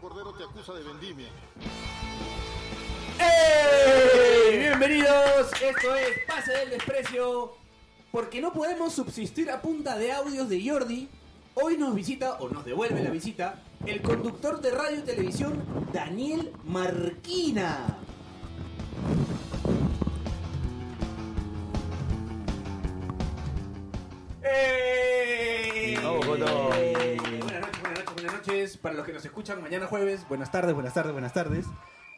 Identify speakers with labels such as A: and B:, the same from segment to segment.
A: pueblo te acusa de vendimia.
B: ¡Ey! Bienvenidos, esto es Pase del Desprecio. Porque no podemos subsistir a punta de audios de Jordi. Hoy nos visita, o nos devuelve la visita, el conductor de radio y televisión, Daniel Marquina. ¡Ey!
C: Vamos, Coto.
B: Buenas noches, buenas noches, buenas noches. Para los que nos escuchan mañana jueves, buenas tardes, buenas tardes, buenas tardes.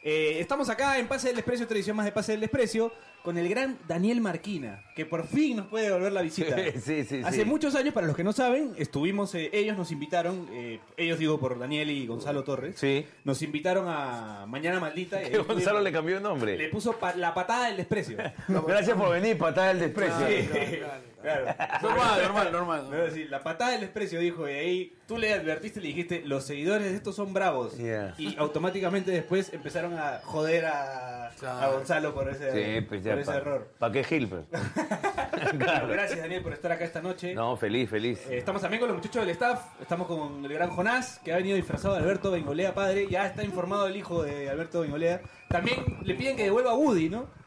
B: Eh, estamos acá en Pase del Desprecio, tradición más de Pase del Desprecio, con el gran Daniel Marquina, que por fin nos puede devolver la visita.
C: Sí, sí,
B: Hace
C: sí.
B: muchos años, para los que no saben, estuvimos, eh, ellos nos invitaron, eh, ellos digo por Daniel y Gonzalo Torres,
C: Sí.
B: nos invitaron a Mañana Maldita. y ahí
C: Que Gonzalo
B: estuvimos.
C: le cambió el
B: Le
C: nombre.
B: puso pa- la patada del desprecio.
C: Gracias por venir, patada del desprecio.
B: Ah, Sí, claro.
D: Normal, normal, normal.
B: No, sí, la patada del desprecio dijo, y ahí tú le advertiste y le dijiste, los seguidores de estos son bravos.
C: Yeah.
B: Y automáticamente después empezaron a joder a, a Gonzalo por ese,
C: Sí, pues ya,
B: por ese
C: pa-
B: error.
C: ¿Para qué Gil? pues?
B: Bueno, gracias Daniel por estar acá esta noche.
C: No, feliz, feliz.
B: Eh, estamos también con los muchachos del staff, estamos con el gran Jonás, que ha venido disfrazado de Alberto Bengolea padre, ya está informado el hijo de Alberto Bengolea. También le piden que devuelva a Woody, ¿no?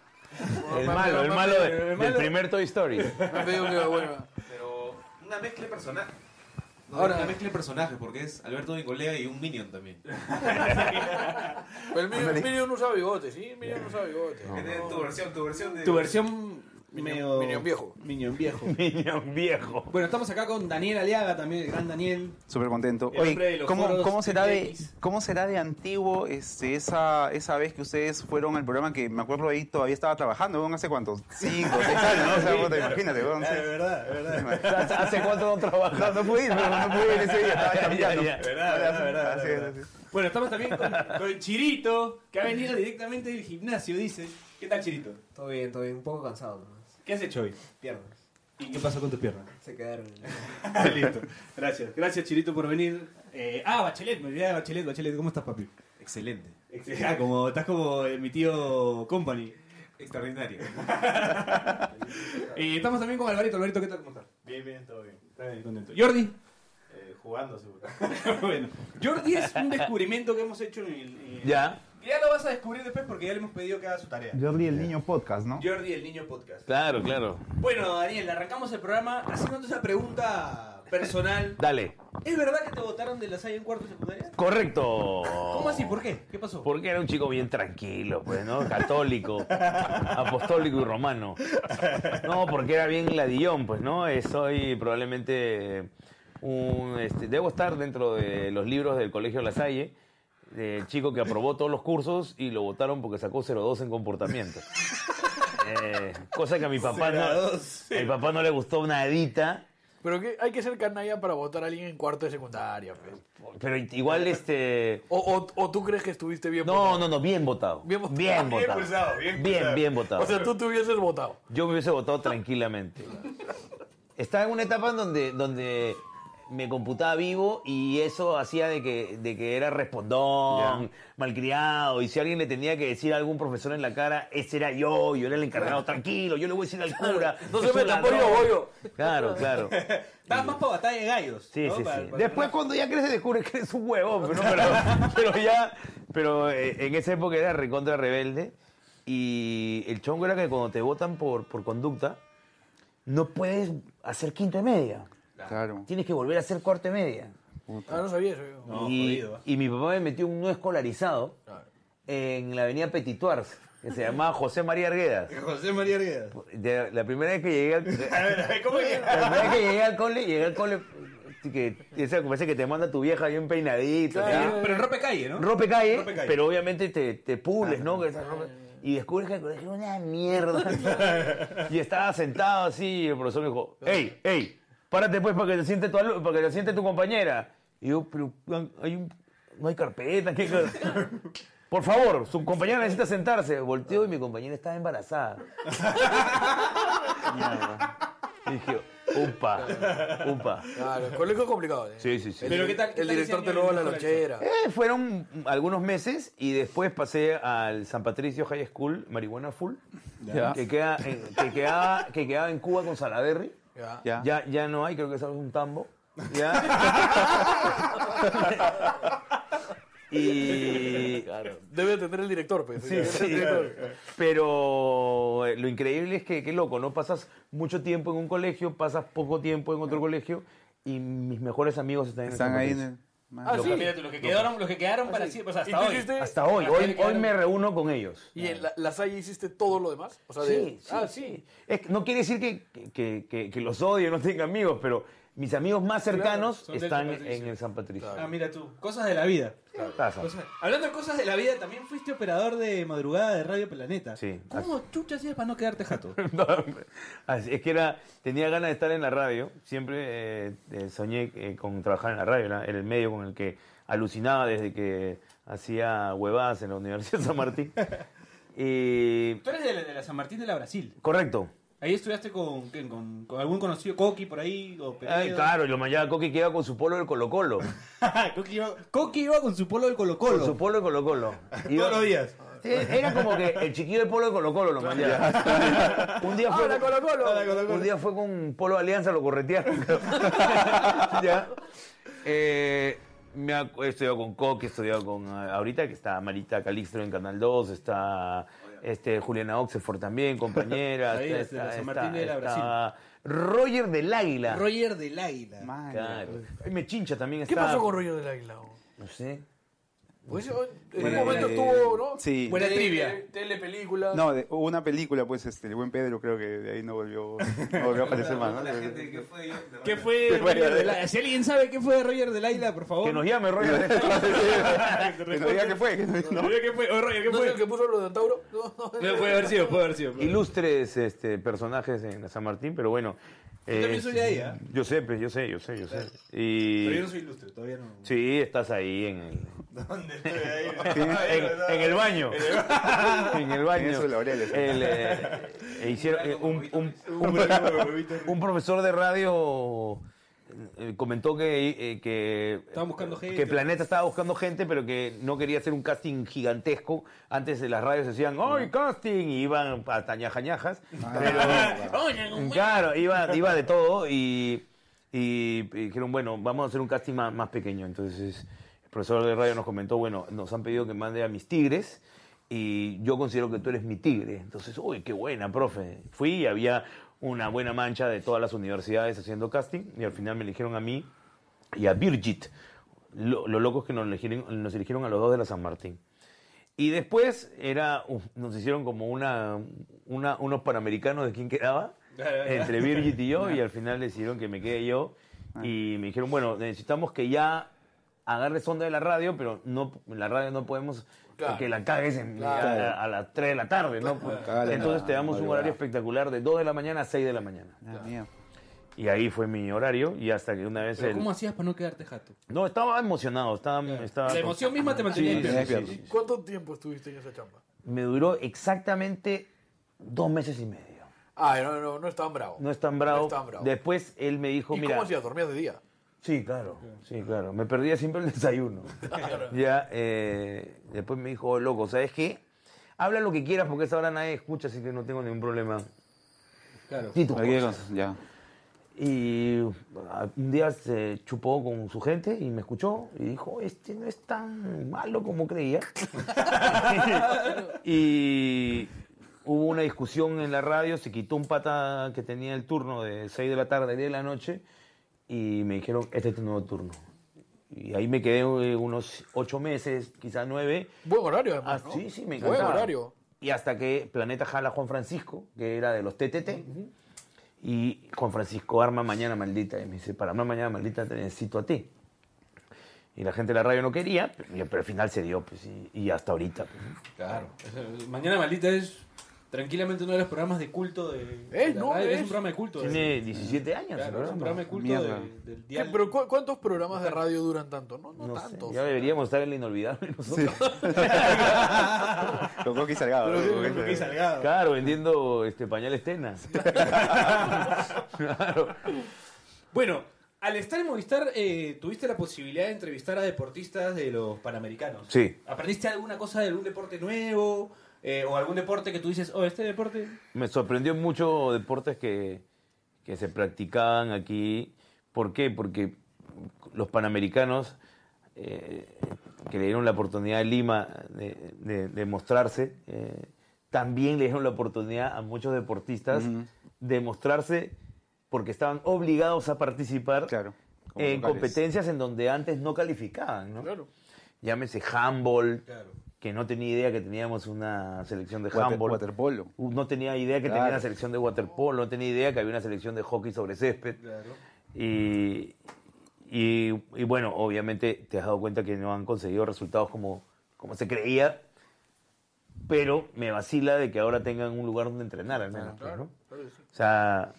C: El malo, el malo de-
B: el malo-
C: del primer Toy Story.
D: Me han pedido que vuelva.
E: Pero una mezcla de personajes.
D: Ahora-
E: Ahora, una mezcla de personajes, porque es Alberto Nicolea y un Minion también.
D: Pero el Minion, Minion no usa bigote, ¿sí? El Minion no usa bigote.
E: tu versión, tu versión de.
B: Tu versión medio...
D: Minion viejo.
B: Minion viejo.
C: Niño viejo.
B: Bueno, estamos acá con Daniel Aliaga también, el gran Daniel.
F: Súper contento.
B: El hombre de
F: Oye,
B: los
F: ¿cómo,
B: foros
F: cómo será de,
B: TX?
F: ¿cómo será de antiguo este, esa, esa vez que ustedes fueron al programa que me acuerdo ahí todavía estaba trabajando, weón, hace cuántos? Cinco, seis años, ¿no? O sea, puta, imagínate, weón.
B: Claro, Ah, de verdad, de verdad.
C: ¿Hace cuánto no
F: No,
C: trabajas?
F: no pude ir, no, no pude ir ese día, estaba
C: Ya, ya,
F: chambeando.
C: ya,
B: De verdad, de verdad, de verdad,
F: Así
B: de
F: es,
B: verdad.
F: así es.
B: Bueno, estamos también con, con Chirito, que ha venido directamente del gimnasio, dice. ¿Qué tal, Chirito?
G: Todo bien, todo bien, un poco cansado nomás.
B: ¿Qué has hecho hoy?
G: Piernas,
B: ¿Y qué pasó con tus piernas?
G: se quedaron.
B: Listo. Gracias. Gracias, Chirito, por venir. Eh, ah, Bachelet, me olvidaba de Bachelet. Bachelet, ¿cómo estás, papi?
E: Excelente.
B: Excelente. Ah, como, estás como eh, mi tío Company.
E: Extraordinario.
B: Y Eh, estamos también con Alvarito. Alvarito, ¿qué tal? ¿Cómo estás?
H: Bien, bien, todo bien.
B: Está bien, contento. Jordi.
H: Eh, jugando seguro.
B: bueno, Jordi es un descubrimiento que hemos hecho en el... en-
C: Ya.
B: Ya lo vas a descubrir después porque ya le hemos pedido que haga su tarea.
F: Jordi el niño podcast, ¿no?
B: Jordi, el niño podcast.
C: Claro, claro.
B: Bueno, Daniel, arrancamos el programa haciéndote esa pregunta personal.
C: Dale.
B: ¿Es verdad que te votaron de la SAI en cuarto de secundaria?
C: Correcto.
B: ¿Cómo así? ¿Por qué? ¿Qué pasó?
C: Porque era un chico bien tranquilo, pues, ¿no? Católico, apostólico y romano. No, porque era bien ladillón, pues, ¿no? Eh, Soy probablemente un... este, debo estar dentro de los libros del Colegio La Salle, del chico que aprobó todos los cursos y lo votaron porque sacó 02 en comportamiento. Eh, cosa que a mi papá no, a mi papá no le gustó nadita.
D: Pero que hay que ser canalla para votar a alguien en cuarto de secundaria. pues.
C: Pero igual, este...
D: O, o, o tú crees que estuviste bien
C: No,
D: votado.
C: no, no, bien votado.
D: Bien votado.
C: Bien
D: Bien
C: votado.
H: pulsado, bien
C: bien,
H: pulsado.
C: bien votado.
D: O sea, tú te hubieses votado.
C: Yo me hubiese votado tranquilamente. Estaba en una etapa en donde, donde me computaba vivo y eso hacía de que, de que era respondón, malcriado. Y si alguien le tenía que decir a algún profesor en la cara, ese era yo, yo era el encargado, tranquilo, yo le voy a decir al cura.
D: No se
C: es un
D: metan por
C: ladrón".
D: yo,
C: Claro, claro.
B: Estabas más para batalla de gallos.
C: Sí,
B: ¿no?
C: sí,
B: Para-
C: sí.
B: para-
C: Después cuando ya creces descubres que eres un huevón, pero, pero, pero ya, pero eh, en esa época era recontra rebelde y el chongo era que cuando te votan por, por conducta, no puedes hacer quinto y media,
F: Claro.
C: tienes que volver a hacer cuarto y media.
D: Ah, no sabía eso. yo.
B: No,
C: y,
B: jodido, ¿eh?
C: y mi papá me metió un no escolarizado en la avenida Petituars, que se llamaba José María Arguedas.
B: José María Argueda.
C: De- la primera vez que llegué al...
B: ¿Cómo que?
C: La primera vez que llegué al cole, llegué al cole, que, esa parece que te manda tu vieja bien peinadita.
D: Claro.
C: ¿sí?
B: Pero en rope calle, ¿no?
C: Rope calle,
B: Rope calle.
C: pero obviamente te, te pules, ¿no? Que esa ropa- Y descubres que el colegio es una mierda. y estaba sentado así, y el profesor me dijo, hey, hey, párate pues para que te siente tu, alu- para que te siente tu compañera. Y yo, pero hay un- no hay carpeta, ¿qué cosa?". Por favor, su compañera necesita sentarse. Volteo y mi compañera estaba embarazada. Y dije, upa, upa.
D: Claro, el colegio es complicado. ¿eh?
C: Sí, sí, sí.
D: El,
B: Pero ¿qué tal- qué
D: el
B: tal
D: director
B: ese
D: te
B: año
D: roba
B: de
D: la
B: escolarización?
D: lonchera.
C: Eh, fueron algunos meses y después pasé al San Patricio High School, Marihuana Full, que, queda en- que, quedaba, que quedaba en Cuba con Salaberry.
D: Ya.
F: Ya.
C: Ya, ya no hay, creo que es algo un tambo. Ya. Y
D: Debe entender el director, pues.
C: Sí, sí. Pero eh, lo increíble es que, qué loco, ¿no? Pasas mucho tiempo en un colegio, pasas poco tiempo en otro colegio y mis mejores amigos están en
F: Están
C: ese
F: ahí en
C: colegio.
D: Ah,
F: el...
C: Lo
D: sí. Ah,
C: cambié.
I: Mírate, los que quedaron, los que quedaron para siempre, o sea,
D: ¿Y
I: hasta
D: tú
I: hoy.
D: hiciste?
C: Hasta hoy. Hoy, hoy me reúno con ellos.
D: ¿Y en la, la salle hiciste todo lo demás? O sea,
C: Sí,
D: de-
C: sí,
D: ah,
C: sí. Es que no quiere decir que, que- que- que los odio, no tenga amigos, pero mis amigos más cercanos
I: son del
C: están
I: San Patricio.
C: en el San Patricio.
D: Claro.
B: Ah, mira tú. Cosas de la vida.
C: Taza.
B: Cosas- Hablando de cosas de la vida, también fuiste operador de madrugada de Radio Planeta.
C: Sí.
B: ¿Cómo chucha hacías para no quedarte jato?
C: No, hombre. Así es que era, tenía ganas de estar en la radio. Siempre eh, eh, soñé eh, con trabajar en la radio. ¿no? Era el medio con el que alucinaba desde que hacía huevadas en la Universidad de San Martín. Y-
B: Tú eres de la, de la San Martín de la Brasil.
C: correcto.
B: Ahí estudiaste con, ¿quién? con, con algún conocido, Coqui por ahí. O Peredo.
C: Ay, claro, y lo mañana Coqui queda con su polo del Colo Colo.
B: Coqui, iba, Coqui iba con su polo del Colo
C: Con
B: Colo.
C: su polo del Colo Colo.
B: Todos los días.
C: Era como que el chiquillo del polo del Colo Colo lo mañana. Un día fue.
D: ¡Hola, Colo Colo!
C: Un día fue con Polo Alianza, lo corretearon. ya. Eh, me ha- he estudiado con Coque, he estudiado con. eh, Ahorita que está Marita Calixto en Canal 2, está este, Juliana Oxford también, compañera.
B: Ahí,
C: está,
B: desde la
C: está-
B: San Martín de la
C: está Roger del Águila.
B: Ah. Roger del Águila.
F: Man,
C: Claro. Ay, me chincha también.
D: ¿Qué
C: está-
D: pasó con Rollo del Águila? o?
C: No sé.
D: Pues, o- en
F: Buena-
D: un momento
F: eh,
D: estuvo, ¿no? eh,
F: sí.
D: Buena
B: Tele-
D: trivia. Telepelícula.
F: No, de- hubo una película, pues, este, el buen Pedro, creo que de ahí no volvió, no volvió a aparecer más, ¿no?
E: La gente, ¿qué fue? Yo-
B: ¿Qué fue Roger del Águila? Si alguien sabe qué fue de Roger del Águila, por favor.
C: Que nos llame Roger del Águila.
F: Que nos diga qué fue. que nos- no.
B: Roger, ¿qué fue? Oye, Roger, ¿qué
D: ¿No es el
B: fue?
D: que puso lo de Antauro? No, no.
B: No, puede haber sido, puede haber sido. puede haber sido.
C: Ilustres este, personajes en San Martín, pero bueno. eh,
B: también soy de ahí, ¿ah?
C: Yo sé, pues, yo sé, yo sé, yo sé.
B: Pero yo
C: Y.
B: no soy ilustre, todavía no.
C: Sí, estás ahí en el,
J: ¿Dónde estoy ahí?
C: en, en el baño. en el baño.
F: En esos laureles.
C: El, eh, eh, hicieron, eh, un, un- un- un profesor de radio eh, comentó que, eh, que
B: Estaban buscando gente.
C: que Planeta estaba buscando gente pero que no quería hacer un casting gigantesco antes de las radios decían ¡ay casting! y iban a tañajañajas
B: Ah.
C: pero claro iba, iba de todo y, y- y dijeron bueno vamos a hacer un casting más, más pequeño entonces el profesor de radio nos comentó bueno nos han pedido que mande a mis tigres y yo considero que tú eres mi tigre. Entonces, uy, qué buena, profe. Fui y había una buena mancha de todas las universidades haciendo casting y al final me eligieron a mí y a Birgit. Lo, lo loco es que nos eligieron, nos eligieron a los dos de la San Martín. Y después era, uf, nos hicieron como una, una- unos panamericanos de quién quedaba, entre Birgit y yo, y al final decidieron que me quede yo. Y me dijeron, bueno, necesitamos que ya agarres onda de la radio, pero no, la radio no podemos
D: Claro.
C: que la cagues en-
D: Claro.
C: a, a las 3 de la tarde, ¿no?
F: Claro.
C: Entonces te damos un
F: Madrugada.
C: horario espectacular de 2 de la mañana a 6 de la mañana.
F: Ah, mierda.
C: Y ahí fue mi horario, y hasta que una vez...
B: Pero
C: el-
B: ¿Cómo hacías para no quedarte jato?
C: No, estaba emocionado, estaba... estaba
B: La emoción misma te mantenía
C: Sí,
B: en pie.
C: sí, sí,
F: despierto.
C: sí.
D: ¿Cuánto tiempo estuviste en esa chamba?
C: Me duró exactamente dos meses y medio.
D: Ah, no, no, no es tan bravo.
C: No es tan bravo.
D: No es tan bravo.
C: Después él me dijo,
D: ¿Y
C: mira...
D: cómo hacías? ¿Dormías de día?
C: Sí, claro, sí, claro. Me perdía siempre el desayuno. ya, eh, después me dijo, "Oh, loco, ¿sabes qué? Habla lo que quieras porque a esa hora nadie escucha, así que no tengo ningún problema.
B: Claro.
C: Di tus
F: Cualquier
C: cosas".
F: cosa, Ya.
C: Y ah, un día se chupó con su gente y me escuchó y dijo, este no es tan malo como creía. y hubo una discusión en la radio, se quitó un pata que tenía el turno de 6 de la tarde a 10 de la noche y me dijeron, este es tu nuevo turno. Y ahí me quedé eh, unos 8 meses, quizás 9.
D: Buen horario, además,
C: Ah,
D: ¿no?
C: sí, sí, me
D: Buen
C: encantaba.
D: horario.
C: Y hasta que Planeta jala a Juan Francisco, que era de los TTT. Y Juan Francisco arma mañana maldita. Y me dice, para armar mañana maldita te necesito a ti. Y la gente de la radio no quería, pero, pero al final se dio, pues, y, y hasta ahorita. pues, ¿no?
B: Claro. Mañana Maldita es tranquilamente uno de los programas de culto de.
D: Es,
B: de la
D: no,
B: radio.
D: es.
B: un programa de culto. de-
C: Tiene 17 años. el
B: Claro, es un
C: programa.
B: programa de culto
F: Mierda.
B: de- del
D: ¿Qué,
B: diario.
D: pero cu- ¿cuántos programas de radio duran tanto? No, no,
C: No sé,
D: tantos.
C: ya deberíamos estar en la inolvidable nosotros.
F: Lo Coqui Salgado. ¿no? Coqui
B: Coqui
F: Salgado.
B: Salgado.
C: Claro, vendiendo este, pañales tenas. claro.
B: Bueno, al estar en Movistar, eh, tuviste la posibilidad de entrevistar a deportistas de los Panamericanos.
C: Sí.
B: ¿Aprendiste alguna cosa de algún deporte nuevo? Eh, ¿O algún deporte que tú dices, oh, este deporte?
C: Me sorprendió mucho deportes que, que se practicaban aquí. ¿Por qué? Porque los panamericanos eh, que le dieron la oportunidad a Lima de, de- de mostrarse, eh, también le dieron la oportunidad a muchos deportistas
F: Ujú.
C: de mostrarse porque estaban obligados a participar
F: Claro. Eh, como
C: en
F: locales.
C: competencias en donde antes no calificaban, ¿no?
D: Claro.
C: Llámese handball,
K: Claro.
C: que no tenía idea que teníamos una selección de
F: Water-
C: handball.
F: waterpolo.
C: Uh, No tenía idea que tenía
F: Claro.
C: una selección de waterpolo, no tenía idea que había una selección de hockey sobre césped.
K: Claro.
C: Y, y- y bueno, obviamente te has dado cuenta que no han conseguido resultados como, como se creía, pero me vacila de que ahora tengan un lugar donde entrenar al menos. pues, ¿no? O sea,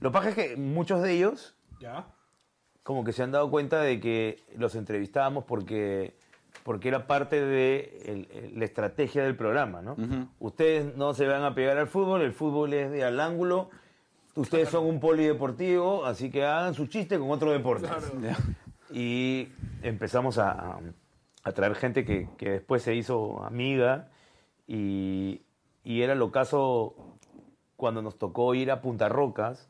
C: lo que pasa es que muchos de ellos
K: Ya.
C: como que se han dado cuenta de que los entrevistábamos porque, porque era parte de el- el- la estrategia del programa, ¿no?
F: Ujú.
C: Ustedes no se van a pegar al fútbol, el fútbol es de al ángulo, ustedes son un polideportivo, así que hagan su chiste con otro deporte. Y empezamos a, a- a traer gente que, que después se hizo amiga y, y era lo caso cuando nos tocó ir a Punta Rocas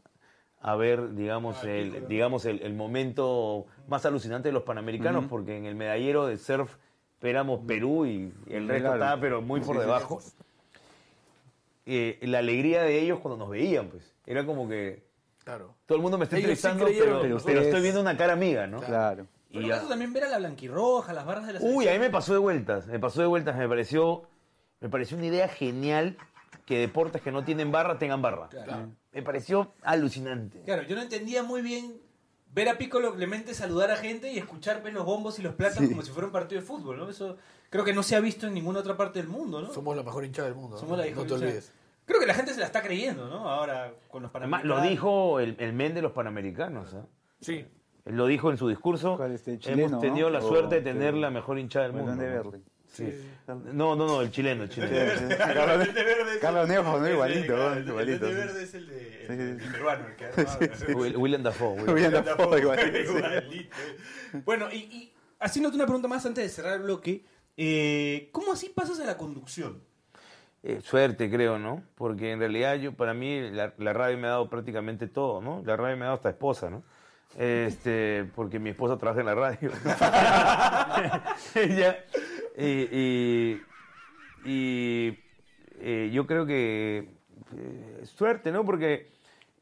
C: a ver, digamos,
D: Ah,
C: el, digamos el, el momento más alucinante de los Panamericanos, porque en el medallero de surf éramos
D: Mm.
C: Perú y el resto
F: Claro.
C: estaba pero muy por debajo. Eh, la alegría de ellos cuando nos veían, pues, era como que
D: Claro.
C: todo el mundo me está
D: Ellos sí
C: entrevistando,
D: creyeron
C: pero,
D: en
C: pero
F: nosotros.
C: estoy viendo una cara amiga, ¿no?
F: Claro.
C: Y
B: Pero
C: ya-
B: eso también ver a la blanquirroja, las barras de la
C: Uy, a mí me pasó de vueltas, me pasó de vueltas, me pareció, me pareció una idea genial que deportes que no tienen barra tengan barra. Me pareció alucinante.
B: Claro, yo no entendía muy bien ver a Piccolo Clemente saludar a gente y escuchar pues, los bombos y los platos como si fuera un partido de fútbol, ¿no? Eso creo que no se ha visto en ninguna otra parte del mundo, ¿no?
D: Somos la mejor hinchada del mundo.
B: Somos
D: ¿no?
B: la hijo
D: No te
B: de-
D: olvides.
B: Creo que la gente se la está creyendo, ¿no? Ahora con los
C: Además,
B: panamericanos.
C: lo dijo el, el men de los Panamericanos. ¿ah?
D: Sí.
C: Él lo dijo en su discurso.
F: ¿Cuál este, el chileno,
C: Hemos tenido
F: no?
C: la
F: O-
C: suerte de tener la mejor hinchada del
F: Bueno,
C: mundo.
F: de
C: ¿no?
F: Berlín.
C: Sí. No, no, no, el chileno, el chileno.
F: Carlos Carlos Nejo, ¿no? Igualito, ¿no? igualito. sí.
H: verde es el de.
F: Sí, sí, sí.
H: el peruano, el que armaba.
C: Will- William Dafoe. William.
F: William Dafoe, igualito, sí.
H: Igualito.
K: Bueno, y, y haciéndote una pregunta más antes de cerrar el bloque. eh, ¿Cómo así pasas a la conducción?
C: Eh, suerte, creo, ¿no? Porque en realidad yo, para mí, la, la radio me ha dado prácticamente todo, ¿no? La radio me ha dado hasta esposa, ¿no? Este, porque mi esposa trabaja en la radio. Ella, y, y- y, eh, yo creo que eh, suerte, ¿no? Porque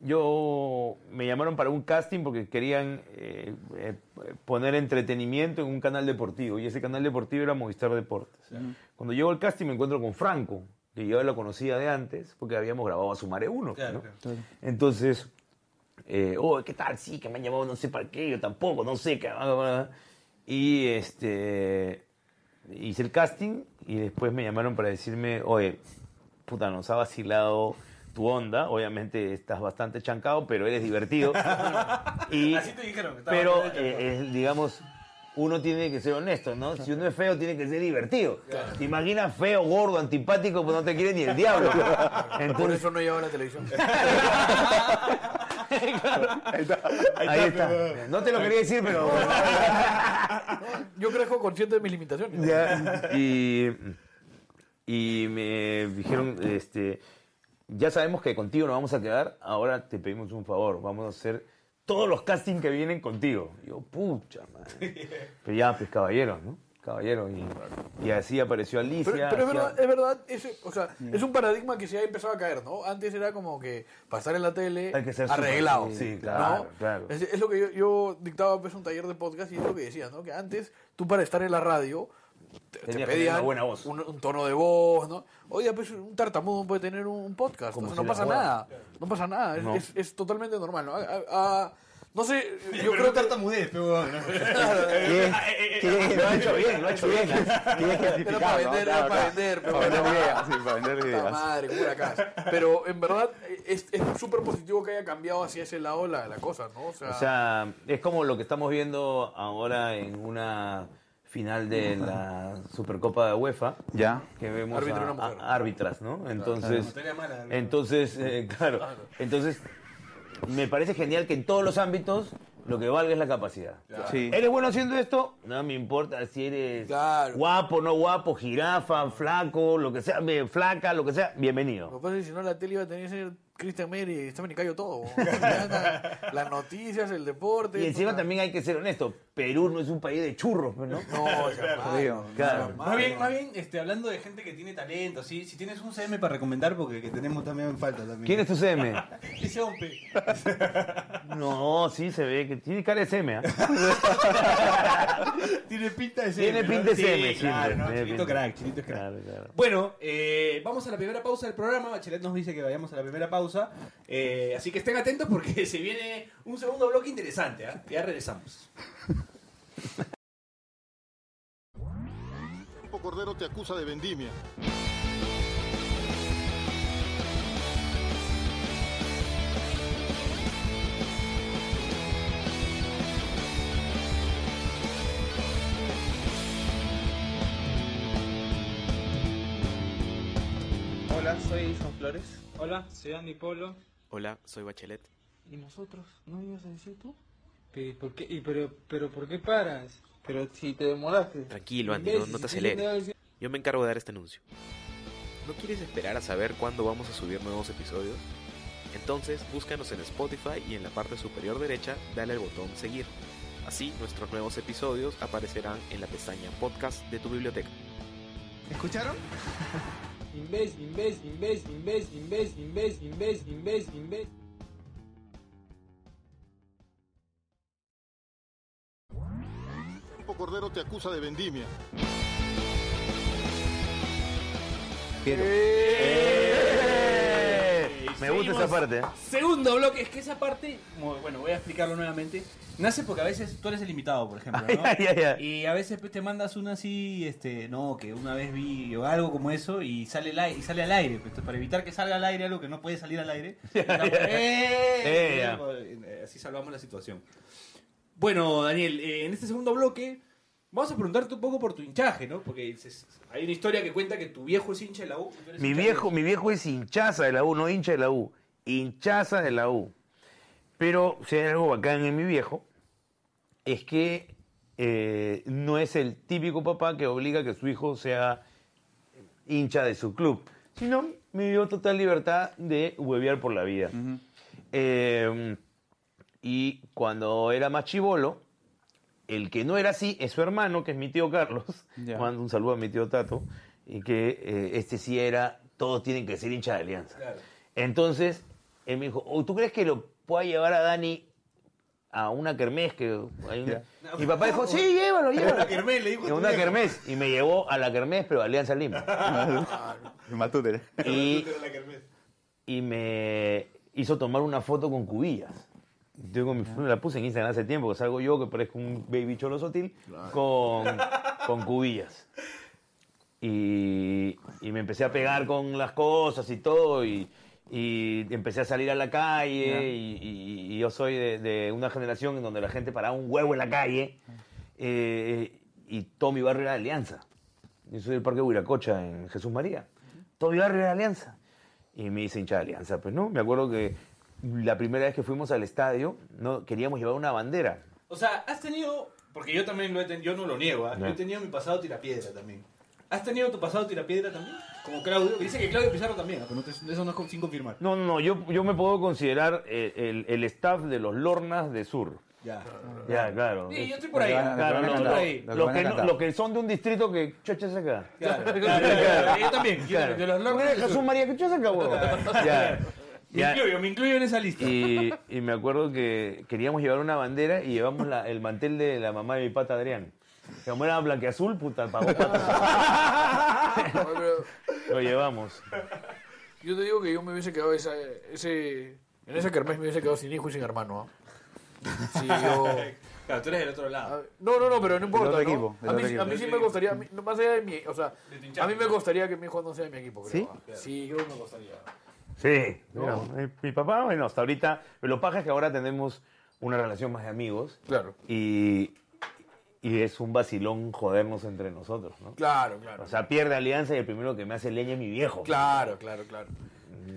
C: yo me llamaron para un casting porque querían eh, eh, poner entretenimiento en un canal deportivo y ese canal deportivo era Movistar Deportes. Cuando llego al casting me encuentro con Franco, que yo lo conocía de antes porque habíamos grabado a Sumare 1.
B: Claro,
C: ¿no?
B: claro.
C: Entonces, eh, oh, ¿qué tal? Sí, que me han llamado no sé para qué, yo tampoco, no sé. qué. Y este, hice el casting y después me llamaron para decirme, oye, puta, nos ha vacilado tu onda, obviamente estás bastante chancado, pero eres divertido. y,
B: Así te dijeron. que estaba
C: pero,
B: bastante chancado.
C: eh, es, digamos, uno tiene que ser honesto, ¿no? Si uno es feo, tiene que ser divertido. Te imaginas feo, gordo, antipático, pues no te quiere ni el diablo.
D: Por
C: Entonces,
D: eso no lleva la televisión.
C: ahí está. No te lo quería decir, pero...
D: Yo crezco consciente de mis limitaciones.
C: Y, y me dijeron, este, ya sabemos que contigo nos vamos a quedar, ahora te pedimos un favor, vamos a hacer todos los castings que vienen contigo. Y yo, pucha, madre. Pero ya, pues caballero, ¿no? Caballero. Y, y así apareció Alicia.
D: Pero, pero es
C: hacía-
D: verdad, es verdad ese- o sea,
C: Mm.
D: es un paradigma que se ha empezado a caer, ¿no? Antes era como que pasar en la tele
C: Hay que ser
D: arreglado.
C: súper- sí,
D: ¿no?
C: claro, claro.
D: Es, es lo que yo, yo dictaba pues, un taller de podcast y es lo que decía, ¿no? Que antes tú para estar en la radio te,
C: Tenías
D: te
C: que tener
D: pedían
C: una buena voz.
D: Un, un tono de voz, ¿no? Hoy día, pues un tartamudo puede tener un, un podcast,
C: Como
D: o sea,
C: si
D: no
C: la
D: pasa
C: joda.
D: nada, no pasa nada, es,
C: No.
D: es- es totalmente normal, ¿no? A- a- a- no sé, yo creo
H: Pero
D: que...
H: tartamudez, pero.
B: Eh,
C: ¿Qué? ¿Qué? Lo ha hecho bien, lo ha hecho bien.
F: Tiene que
D: Era para vender, era para vender, pero
F: Para vender
D: bueno.
F: ideas, sí, para vender
D: Puta
F: ideas.
D: madre, como una casa. Pero en verdad es es súper positivo que haya cambiado hacia ese lado la, la cosa, ¿no? O sea,
C: O sea, es como lo que estamos viendo ahora en una final de la Supercopa de UEFA.
F: Ya.
C: que vemos
D: Árbitro
C: a-
D: una mujer.
C: a- árbitras, ¿no? Entonces,
B: Materia mala, ¿no?
C: entonces, eh, claro, entonces me parece genial que en todos los ámbitos lo que valga es la capacidad.
F: Sí.
C: ¿Eres bueno haciendo esto? No me importa si eres
D: Claro.
C: guapo, no guapo, jirafa, flaco, lo que sea, me- flaca, lo que sea, bienvenido.
D: lo que pasa es que si no la tele iba a tener que ser Christian Meri, está me cayó todo. weón. Mañana, las noticias, el deporte.
C: Y encima
D: puta.
C: también hay que ser honesto, Perú no es un país de churros, pues, ¿no?
D: No, jamás,
F: Digo,
D: no,
C: claro.
D: jamás,
B: Más bien,
D: no.
B: más bien, este, hablando de gente que tiene talento, ¿sí? si tienes un CM para recomendar, porque que tenemos también en falta también.
C: ¿Quién es tu CM?
B: Ese hombre.
C: No, sí se ve que tiene cara de CM, ¿ah?
B: Tiene pinta de CM.
C: Tiene
B: ¿no?
C: pinta de
B: Sí,
C: CM,
B: claro,
C: siempre,
B: ¿no?
C: tiene
B: Chinito
C: pinta.
B: crack, chinito crack.
C: Claro, claro.
B: Bueno, eh, vamos a la primera pausa del programa. Bachelet nos dice que vayamos a la primera pausa. Eh, así que estén atentos porque se viene un segundo bloque interesante. ¿ah? Ya regresamos.
A: Grupo Cordero te acusa de vendimia.
L: Hola, soy Edison Flores.
K: Hola, soy Andy Polo.
M: Hola, soy Bachelet.
L: ¿Y nosotros? ¿No ibas a decir tú? ¿Y por qué, y pero, pero por qué paras? Pero si te demoraste.
M: Tranquilo, Andy,
L: Imbécil,
M: no, no te
L: si tienes
M: aceleres.
L: nada que-
M: Yo me encargo de dar este anuncio. ¿No quieres esperar a saber cuándo vamos a subir nuevos episodios? Entonces búscanos en Spotify y en la parte superior derecha dale al botón seguir. Así nuestros nuevos episodios aparecerán en la pestaña podcast de tu biblioteca.
F: ¿Escucharon?
L: Imbécil, imbécil, imbécil, imbécil, imbécil, imbécil, imbécil, imbécil, imbécil.
A: Grupo Cordero te acusa de vendimia.
C: ¡Eh! Me gusta esa parte. ¿eh?
B: Segundo bloque, es que esa parte, mo- bueno, voy a explicarlo nuevamente. Nace porque a veces tú eres el limitado, por ejemplo, ¿no?
C: Ay, ay, ay.
B: Y a veces pues, te mandas una así, este, no, que una vez vi o algo como eso y sale, el ai- y sale al aire. pues, entonces, para evitar que salga al aire algo que no puede salir al aire. estamos,
C: Eh,
B: ¡eh!
C: ya.
B: Eh, Así salvamos la situación. Bueno, Daniel, eh, en este segundo bloque vamos a preguntarte un poco por tu hinchaje, ¿no? Porque dices, hay una historia que cuenta que tu viejo es hincha de la U. tú eres
C: Mi
B: hincha de-
C: viejo, mi viejo es hinchaza de la U, no hincha de la U, hinchaza de la U. Pero si hay algo bacán en mi viejo, es que eh, no es el típico papá que obliga a que su hijo sea hincha de su club, sino me dio total libertad de huevear por la vida. Eh, y cuando era más chivolo, el que no era así es su hermano, que es mi tío Carlos.
F: Ya.
C: Mando un saludo a mi tío Tato. Y que eh, este sí era, todos tienen que ser hincha de Alianza. Entonces, él me dijo, "Oh, ¿tú crees que lo pueda llevar a Dani a una kermés? Que hay una-?" Mi papá dijo, sí, llévalo, llévalo.
B: Una kermés, le dijo
C: A
B: tu
C: una
B: viejo.
C: kermés. Y me llevó a la kermés, pero a Alianza Lima.
F: Matute.
C: Y, y me hizo tomar una foto con cubillas. Yo con mi- la puse en Instagram hace tiempo, que salgo yo, que parezco un baby cholo sotil, con, con cubillas. Y, y me empecé a pegar con las cosas y todo, y, y empecé a salir a la calle, y, y- y yo soy de, de una generación en donde la gente paraba un huevo en la calle, eh, y todo mi barrio era de Alianza. Yo soy del Parque Huiracocha, en Jesús María. Todo mi barrio era de Alianza. Y me hice hincha de Alianza, pues, ¿no? Me acuerdo que la primera vez que fuimos al estadio, no queríamos llevar una bandera.
B: O sea, has tenido, porque yo también lo he tenido, yo no lo niego, ¿ah?
C: Ya.
B: yo he tenido mi pasado tirapiedra también. ¿Has tenido tu pasado tirapiedra también? Como Claudio, que dice que Claudio Pizarro también, ah, pero no te- eso no es con- sin confirmar.
C: No, no, no, yo, yo me puedo considerar eh, el, el staff de los Lornas de Sur.
B: Ya.
C: Ya, claro.
B: Sí, yo estoy por ahí. ah.
C: Claro,
B: Yo
C: no,
B: estoy por ahí.
C: no, los que, no- los que son de un distrito que chucha es acá.
B: Claro, claro, claro, yo también. Yo,
C: Claro.
B: de los logros de
C: Jesús
B: Jesús.
C: María, ¿qué chucha es acá, huevón? Ya.
B: Me
C: Ya.
B: incluyo, me incluyo en esa lista.
C: Y, y me acuerdo que queríamos llevar una bandera y llevamos la- el mantel de la mamá de mi pata Adrián. Que Como era blanqueazul, puta, pagó pata.
D: Pero
C: Lo llevamos.
D: Yo te digo que yo me hubiese quedado esa, ese. En esa kermés me hubiese quedado sin hijo y sin hermano. ¿ah? Sí, yo.
B: Claro, tú eres del otro lado.
D: A ver, No, no, no, pero no importa.
F: otro
D: ¿no?
F: equipo, del
D: a mí,
F: otro equipo.
D: a mí sí me gustaría, a mí- no, más allá de mi. O sea, a mí me gustaría que mi hijo no sea de mi equipo, creo. ¿Sí? Sí, creo que me gustaría.
C: Sí. mira, Mi papá, bueno, hasta ahorita. Lo paja es que ahora tenemos una relación más de amigos.
D: Claro.
C: Y, y es un vacilón jodernos entre nosotros, ¿no?
D: Claro, claro.
C: O sea, pierde alianza y el primero que me hace leña es mi viejo.
D: Claro, claro, claro.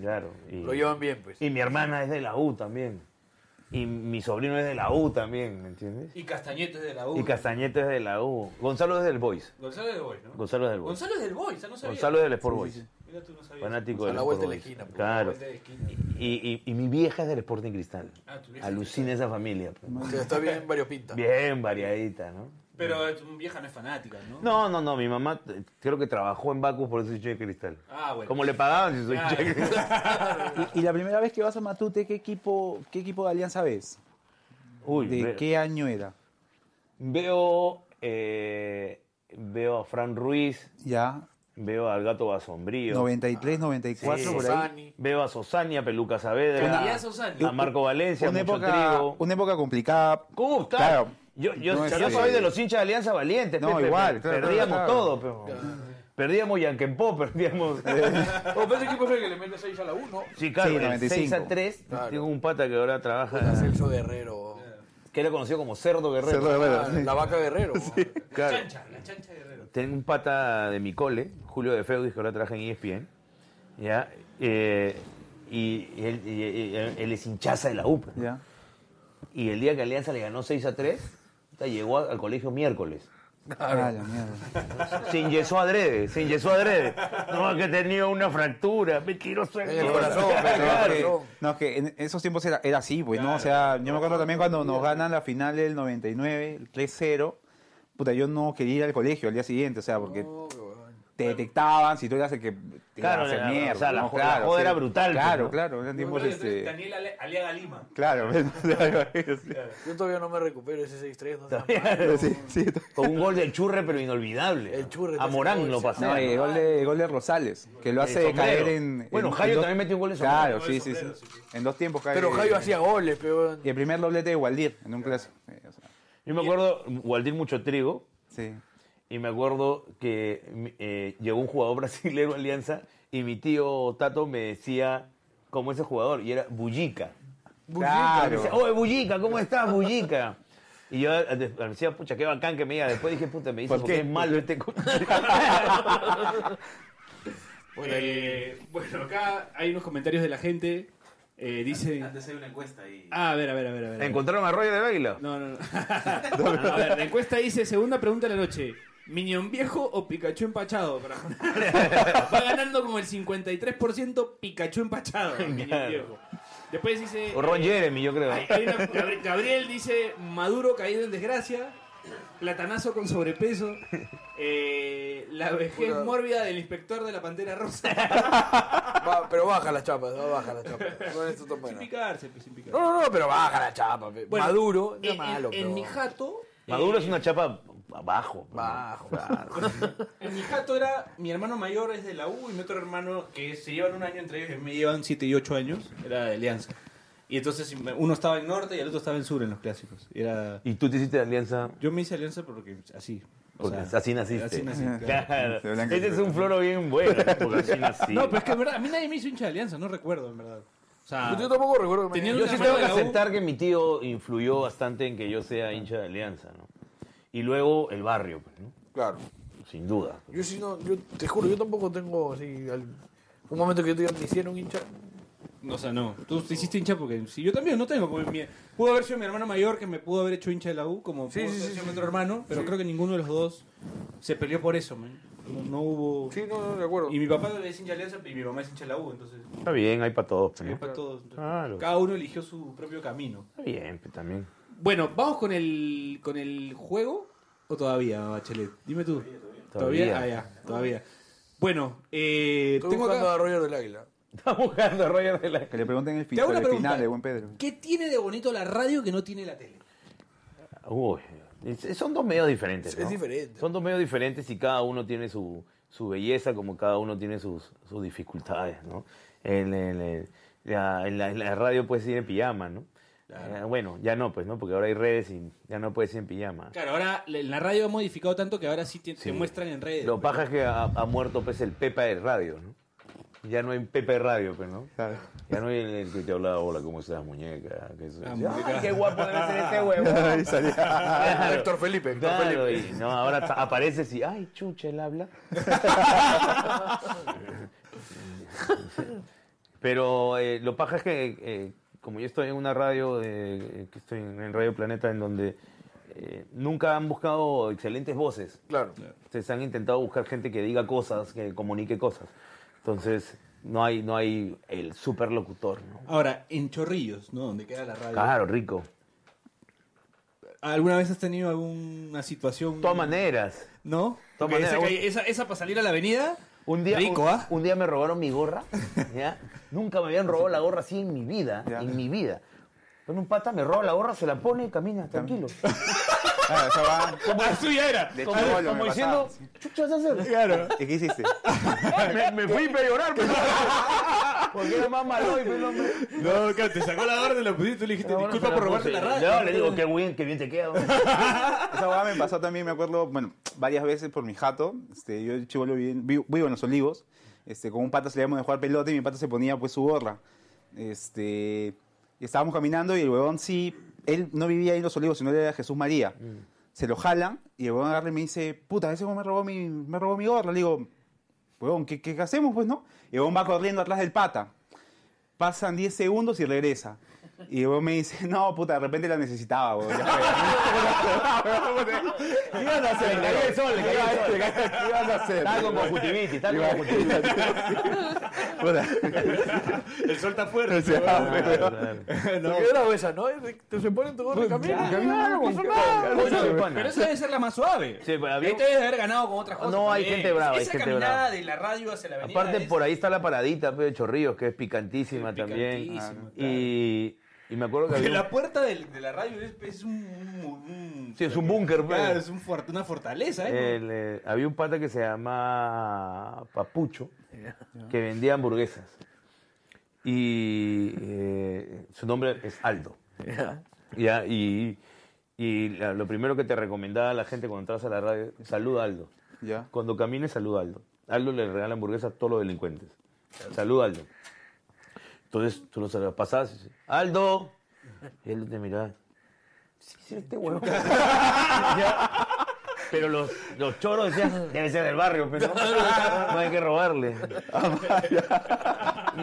C: Claro. y-
D: Lo llevan bien, pues.
C: Y mi hermana es de la U también. Y mi sobrino es de la U también, ¿me entiendes?
B: Y Castañeto es de la U.
C: Y Castañete es de la U. Gonzalo es del Boys.
B: Gonzalo es del Boys, ¿no?
C: Gonzalo es del Boys.
B: Gonzalo es del Boys, ah, no sabía.
C: Gonzalo es del Sport Boys.
B: Mira, tú no sabías.
C: Fanático
D: A
C: del
D: la
C: Sport
D: vuelta de la
C: Boys.
D: esquina, pues.
C: Claro.
B: Vuelta de esquina.
C: Y, y- y mi vieja es del Sporting Cristal.
B: Ah, tu vieja
C: Alucina esa familia. pues.
D: O sea, está bien variopinta.
C: Bien variadita, ¿no?
B: Pero eh, tu vieja no es fanática, ¿no?
C: No, no, no, mi mamá eh, creo que trabajó en Bacus, por eso soy hincha de cristal.
B: Ah, bueno.
C: Como le pagaban si soy hincha de cristal.
F: Y, y la primera vez que vas a Matute, ¿qué equipo, qué equipo de Alianza ves?
C: Uy,
F: ¿De
C: ve-
F: qué año era?
C: veo, eh, veo a Fran Ruiz,
F: Ya,
C: veo al gato Basombrío.
F: 93, 94,
C: Sí.
F: por ahí.
C: Veo a Sosania, Peluca Saavedra,
B: Quería Sosania.
C: a Marco Valencia,
F: Una
C: mucho
F: época,
C: trigo.
F: una época complicada.
C: ¿Cómo está?
F: Claro.
C: Yo, yo,
F: No,
C: yo
F: este-
C: soy de los hinchas de Alianza Valientes.
F: No,
C: pe, pe,
F: igual,
C: pe-
F: claro,
C: perdíamos
F: claro.
C: todo. pe. Perdíamos Yanquempó, perdíamos... eh.
D: O pensé que fue el que le mete 6 a la 1.
C: Sí, claro,
F: Sí,
C: del 6 a
F: 95.
C: 3.
D: Claro.
C: Tengo un pata que ahora trabaja,
D: Celso Guerrero.
C: que era conocido como Cerdo Guerrero.
F: Cerdo Guerrero,
D: Ah,
F: sí.
D: La vaca Guerrero.
C: Claro.
B: Chancha, la chancha guerrero.
C: Tengo un pata de mi cole, Julio de Feudis, que ahora trabaja en E ESPN. ¿ya? Eh, y, y él, y- y- él- él es hinchaza de la UP.
F: Ya.
C: Y el día que Alianza le ganó 6 a 3, puta, llegó a- al colegio miércoles.
F: Ah, la mierda.
C: Se inyesó adrede, se inyesó adrede. No, que tenía una fractura. Me tiró
D: En el corazón, pe, en el
C: Claro.
D: corazón.
F: No, es que en esos tiempos era, era así, pues, ¿no? O sea, yo me acuerdo también cuando nos ganan la final del 99, el 3-0. Puta, yo no quería ir al colegio al día siguiente, o sea, porque te detectaban si tú eras el que te
C: Claro,
F: ibas a
C: la-
F: hacer mierda.
C: o sea, la
F: ¿no?
C: joda- la joda era brutal, pues,
F: Claro,
C: ¿no?
F: claro, eran tiempos este.
B: Daniel Ale- Aliaga Lima.
F: Claro,
D: Yo todavía no me recupero ese 6-3. No sea malo.
F: sí, sí.
C: Con un gol de churre, pero inolvidable.
D: El Churre
C: A Morán lo pasó.
F: No, y el gol de, el gol de Rosales, que lo hace
C: sombrero.
F: caer en.
C: Bueno,
F: en-
C: Jairo
F: en dos-
C: también metió un gol de sombrero.
F: Claro, sí, sí, sí. En dos tiempos cae.
D: Pero Jairo hacía goles, pero.
F: Y el primer doblete de Waldir en un clásico. Sí, o sea,
C: Yo me acuerdo, Waldir Mucho Trigo,
F: sí.
C: y me acuerdo que mm, eh, llegó un jugador brasileño a Alianza y mi tío Tato me decía como ese jugador, y era Bullica. Me
F: Claro.
C: decía, oye, Bullica, ¿cómo estás, Bullica? Y yo eh, de- decía, pucha, qué bacán que me diga. Después dije, puta, me dice,
F: ¿Por
C: porque
F: qué?
C: es malo este co-".
B: Bueno, eh, bueno, acá hay unos comentarios de la gente. Eh, dice.
M: hay una encuesta ahí.
B: Ah, a ver, a ver, a ver. A ver.
C: ¿Encontraron a Roger de Baila?
B: No, no, no. A ver, la encuesta dice: segunda pregunta de la noche. ¿Minion viejo o Pikachu empachado? Para Jonás? Va ganando como el 53% Pikachu empachado. Minion
C: Claro.
B: viejo. Después dice. eh,
C: O Ron Jeremy, yo creo.
B: Hay- hay una- Gabri- Gabriel dice Maduro caído en desgracia, platanazo con sobrepeso, eh, la vejez
D: Puta.
B: mórbida del inspector de la Pantera Rosa.
D: Va- pero baja las chapas, va, baja las chapas. No es tan
B: sin
D: buena.
B: picarse, pues, sin picarse.
D: No, no, no, pero baja la chapa. pe.
B: Bueno,
D: Oh,
B: eh,
D: Maduro,
B: en,
D: ya malo.
B: en- en
D: pero-
B: mi jato...
C: Maduro
B: eh,
C: es una chapa abajo.
D: Bajo.
B: En mi jato era, mi hermano mayor es de la U y mi otro hermano que se llevan un año entre ellos, y me llevan 7 y 8 años, era de Alianza. Y entonces uno estaba en norte y el otro estaba en sur en los clásicos. Era...
C: ¿Y tú te hiciste de Alianza?
B: Yo me hice Alianza porque así. o
C: Porque
B: sea,
C: así naciste.
B: así nací, claro.
C: Claro.
F: De blanco y
C: Ese es
F: negro.
C: un floro bien bueno. porque así nací.
B: No, pero es que es verdad, a mí nadie me hizo hincha de Alianza, no recuerdo, en verdad. O sea,
D: Yo tampoco recuerdo que me
B: Tenía
D: haya-
C: Yo
B: una
C: sí
B: mano
C: tengo que
B: de la U.
C: aceptar que mi tío influyó bastante en que yo sea hincha de Alianza, ¿no? Y luego el barrio, pues, ¿no?
D: Claro.
C: Sin duda.
D: Yo sí no, yo te juro, yo tampoco tengo así. al- un momento que yo te diga, me hicieron hincha.
B: no, o sea, no. Tú te hiciste hincha porque si yo también no tengo. Como mi, pudo haber sido mi hermano mayor que me pudo haber hecho hincha de la U, como
D: Sí,
B: pudo
D: sí,
B: haber
D: sí,
B: sido
D: sí.
B: mi otro hermano, pero creo que ninguno de los dos se peleó por eso, man. No, no hubo.
D: Sí, no, no, de acuerdo.
B: Y mi papá es hincha de Alianza y mi mamá es hincha de la U, entonces.
C: Está bien, hay para todos.
B: es para todos. Entonces,
C: Claro.
B: Cada uno eligió su propio camino.
C: Está bien, pues, también.
B: Bueno, ¿vamos con el, con el juego o todavía, Bachelet? Dime tú.
C: Todavía.
B: Ah, ya, todavía. Bueno, eh,
D: Estoy
B: tengo acá-
D: buscando a Roger del Águila.
C: Está buscando a Roger de la...
F: Que le pregunten el,
B: Te hago
F: final,
B: una
F: el
B: pregunta.
F: final de buen Pedro.
B: ¿Qué tiene de bonito la radio que no tiene la tele?
C: Uy, es- son dos medios diferentes,
D: Es
C: ¿no?
D: diferente.
C: Son dos medios diferentes y cada uno tiene su, su belleza, como cada uno tiene sus, sus dificultades, ¿no? El- el- el- la, la- la radio puede ir en pijama, ¿no? Eh, bueno, ya no, pues, ¿no? Porque ahora hay redes y ya no puedes ir en pijama.
B: Claro, ahora la- la radio ha modificado tanto que ahora sí te,
C: Sí.
B: te muestran en
D: pues.
B: redes.
C: Lo paja es que ha, ha muerto pues el Pepa de radio, ¿no? Ya no hay Pepa de radio, pues, ¿no?
F: Claro.
C: Ya no hay el, el que te hablaba, hola, ¿cómo estás, muñeca? Que eso-
B: Ah,
C: Ay,
B: muñeca.
C: qué guapo debe ser este huevo.
F: Ahí salía.
C: Claro.
D: Héctor Felipe, Héctor
C: Claro,
D: Felipe.
C: y no, ahora ta- apareces y, ay, chucha, él habla. Pero eh, lo paja es que, eh, como yo estoy en una radio, de- eh, que estoy en Radio Planeta, en donde eh, nunca han buscado excelentes voces.
D: Claro.
C: Ustedes han intentado buscar gente que diga cosas, que comunique cosas. Entonces, no hay, no hay el superlocutor, ¿no?
B: Ahora, en Chorrillos, ¿no? Donde queda la radio.
C: Claro, rico.
B: ¿Alguna vez has tenido alguna situación?
C: Todas maneras.
B: ¿No?
C: Todas
B: Porque
C: maneras.
B: Esa, calle- esa, esa para salir a la avenida.
C: Un día,
B: Rico,
C: un,
B: ¿ah?
C: un día me robaron mi gorra. ¿ya? Nunca me habían robado la gorra así en mi vida. En mi vida. Pero un pata me roba la gorra, se la pone y camina, tranquilo.
F: Claro, eso va.
B: Como la suya era.
F: De
C: Como,
F: chibolo me
C: como
F: pasaba.
C: diciendo, chucha, vas a hacer?
B: Claro.
F: ¿Y qué hiciste?
C: me, me fui para llorar, pues. Porque era más malo y pues, hombre.
B: No, claro, te sacó la orden, la pusiste y le dijiste
C: Ahora se
B: disculpa por robarte la
C: puse.
B: radio.
C: No, le digo, qué bien, qué bien te queda. hombre".
F: Esa hueá me pasó también, me acuerdo, bueno, varias veces por mi jato. Este, yo chivolo vivo, vivo en los olivos. Este, con un pata salíamos de jugar pelota y mi pata se ponía pues su gorra. Este, y estábamos caminando y el huevón sí, él no vivía ahí en los olivos, sino él era Jesús María. Se lo jalan y el huevón agarra y me dice, puta, ese huevón me robó mi, me robó mi gorra. Le digo, huevón, ¿qué, qué hacemos pues, no? Y el huevón va corriendo atrás del pata. Pasan 10 segundos y regresa. Y el huevón me dice, no, puta, de repente la necesitaba, huevón. ya fue". ¿Qué ibas a hacer?
C: Le cayó el sol, le cayó el sol.
F: ¿Qué ibas a hacer?
C: Estaba con conjuntivitis, estaba con conjuntivitis.
B: El sol está fuerte.
F: ah,
D: Lo que era esa, ¿no? Te se ponen tu gorro y caminan. Claro, no pasa nada.
C: Oye, mi pana.
K: Pero esa debe ser la más suave.
C: Sí, pero había-
K: Esta debe haber ganado con otras cosas.
C: No, hay
K: también.
C: gente brava, hay
K: Esa
C: gente
K: caminada
C: brava.
K: de la radio hacia la avenida.
C: Aparte,
K: es-
C: por ahí está la paradita pe, de Chorrillos, que es picantísima
K: Es
C: también.
K: picantísima,
C: Ah, y, y me acuerdo que
K: Porque
C: había.
K: la
C: un-
K: puerta del- de la radio es, es un, un- un-
C: Sí, es un búnker, pe.
K: Claro, es un fuert- una fortaleza, ¿eh?
C: El, eh, había un pata que se llama Papucho, que vendía hamburguesas. Y eh, su nombre es Aldo. Ya, y y la- lo primero que te recomendaba la gente cuando entras a la radio, saluda a Aldo.
F: Ya.
C: Cuando camines, saluda a Aldo. Aldo le regala hamburguesas a todos los delincuentes. Saluda a Aldo. Entonces tú lo saludas, pasabas y dices, ¡Aldo! Y Aldo te miraba. Sí, sí, este huevo. Ya. Pero los, los choros decían, debe ser del barrio, pero no, no hay que robarle.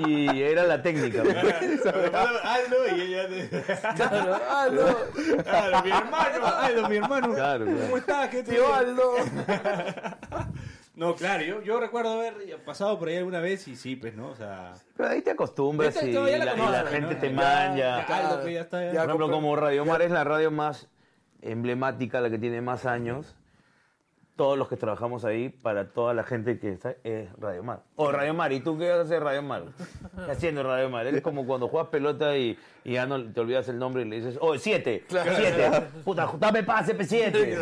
C: Y era la técnica. pues.
B: Aldo Ah, y ella te-
D: Claro, Aldo.
B: Claro, mi hermano, Aldo, mi hermano.
C: Claro, claro.
B: ¿Cómo estás? ¿Qué te
D: Tío Aldo.
B: No, claro, yo, yo recuerdo haber pasado por ahí alguna vez y sí, pues, ¿no? O sea.
C: Pero ahí te acostumbras
B: Esta-
C: y,
B: todavía la
C: la, y la
B: conoces,
C: gente
B: ¿no?
C: te
B: Ya,
C: manja.
B: ya, Aldo, pues, ya está. ya.
D: Ya.
C: Por ejemplo,
D: comprendo.
C: como Radio Mar es la radio más emblemática, la que tiene más años, todos los que trabajamos ahí, para toda la gente que está, es Radio Mar. O Radio Mar, ¿y tú qué vas a hacer Radio Mar? ¿Qué haciendo Radio Mar? Es como cuando juegas pelota y, y ya no te olvidas el nombre y le dices, oh, siete, siete. Puta, dame pase, siete.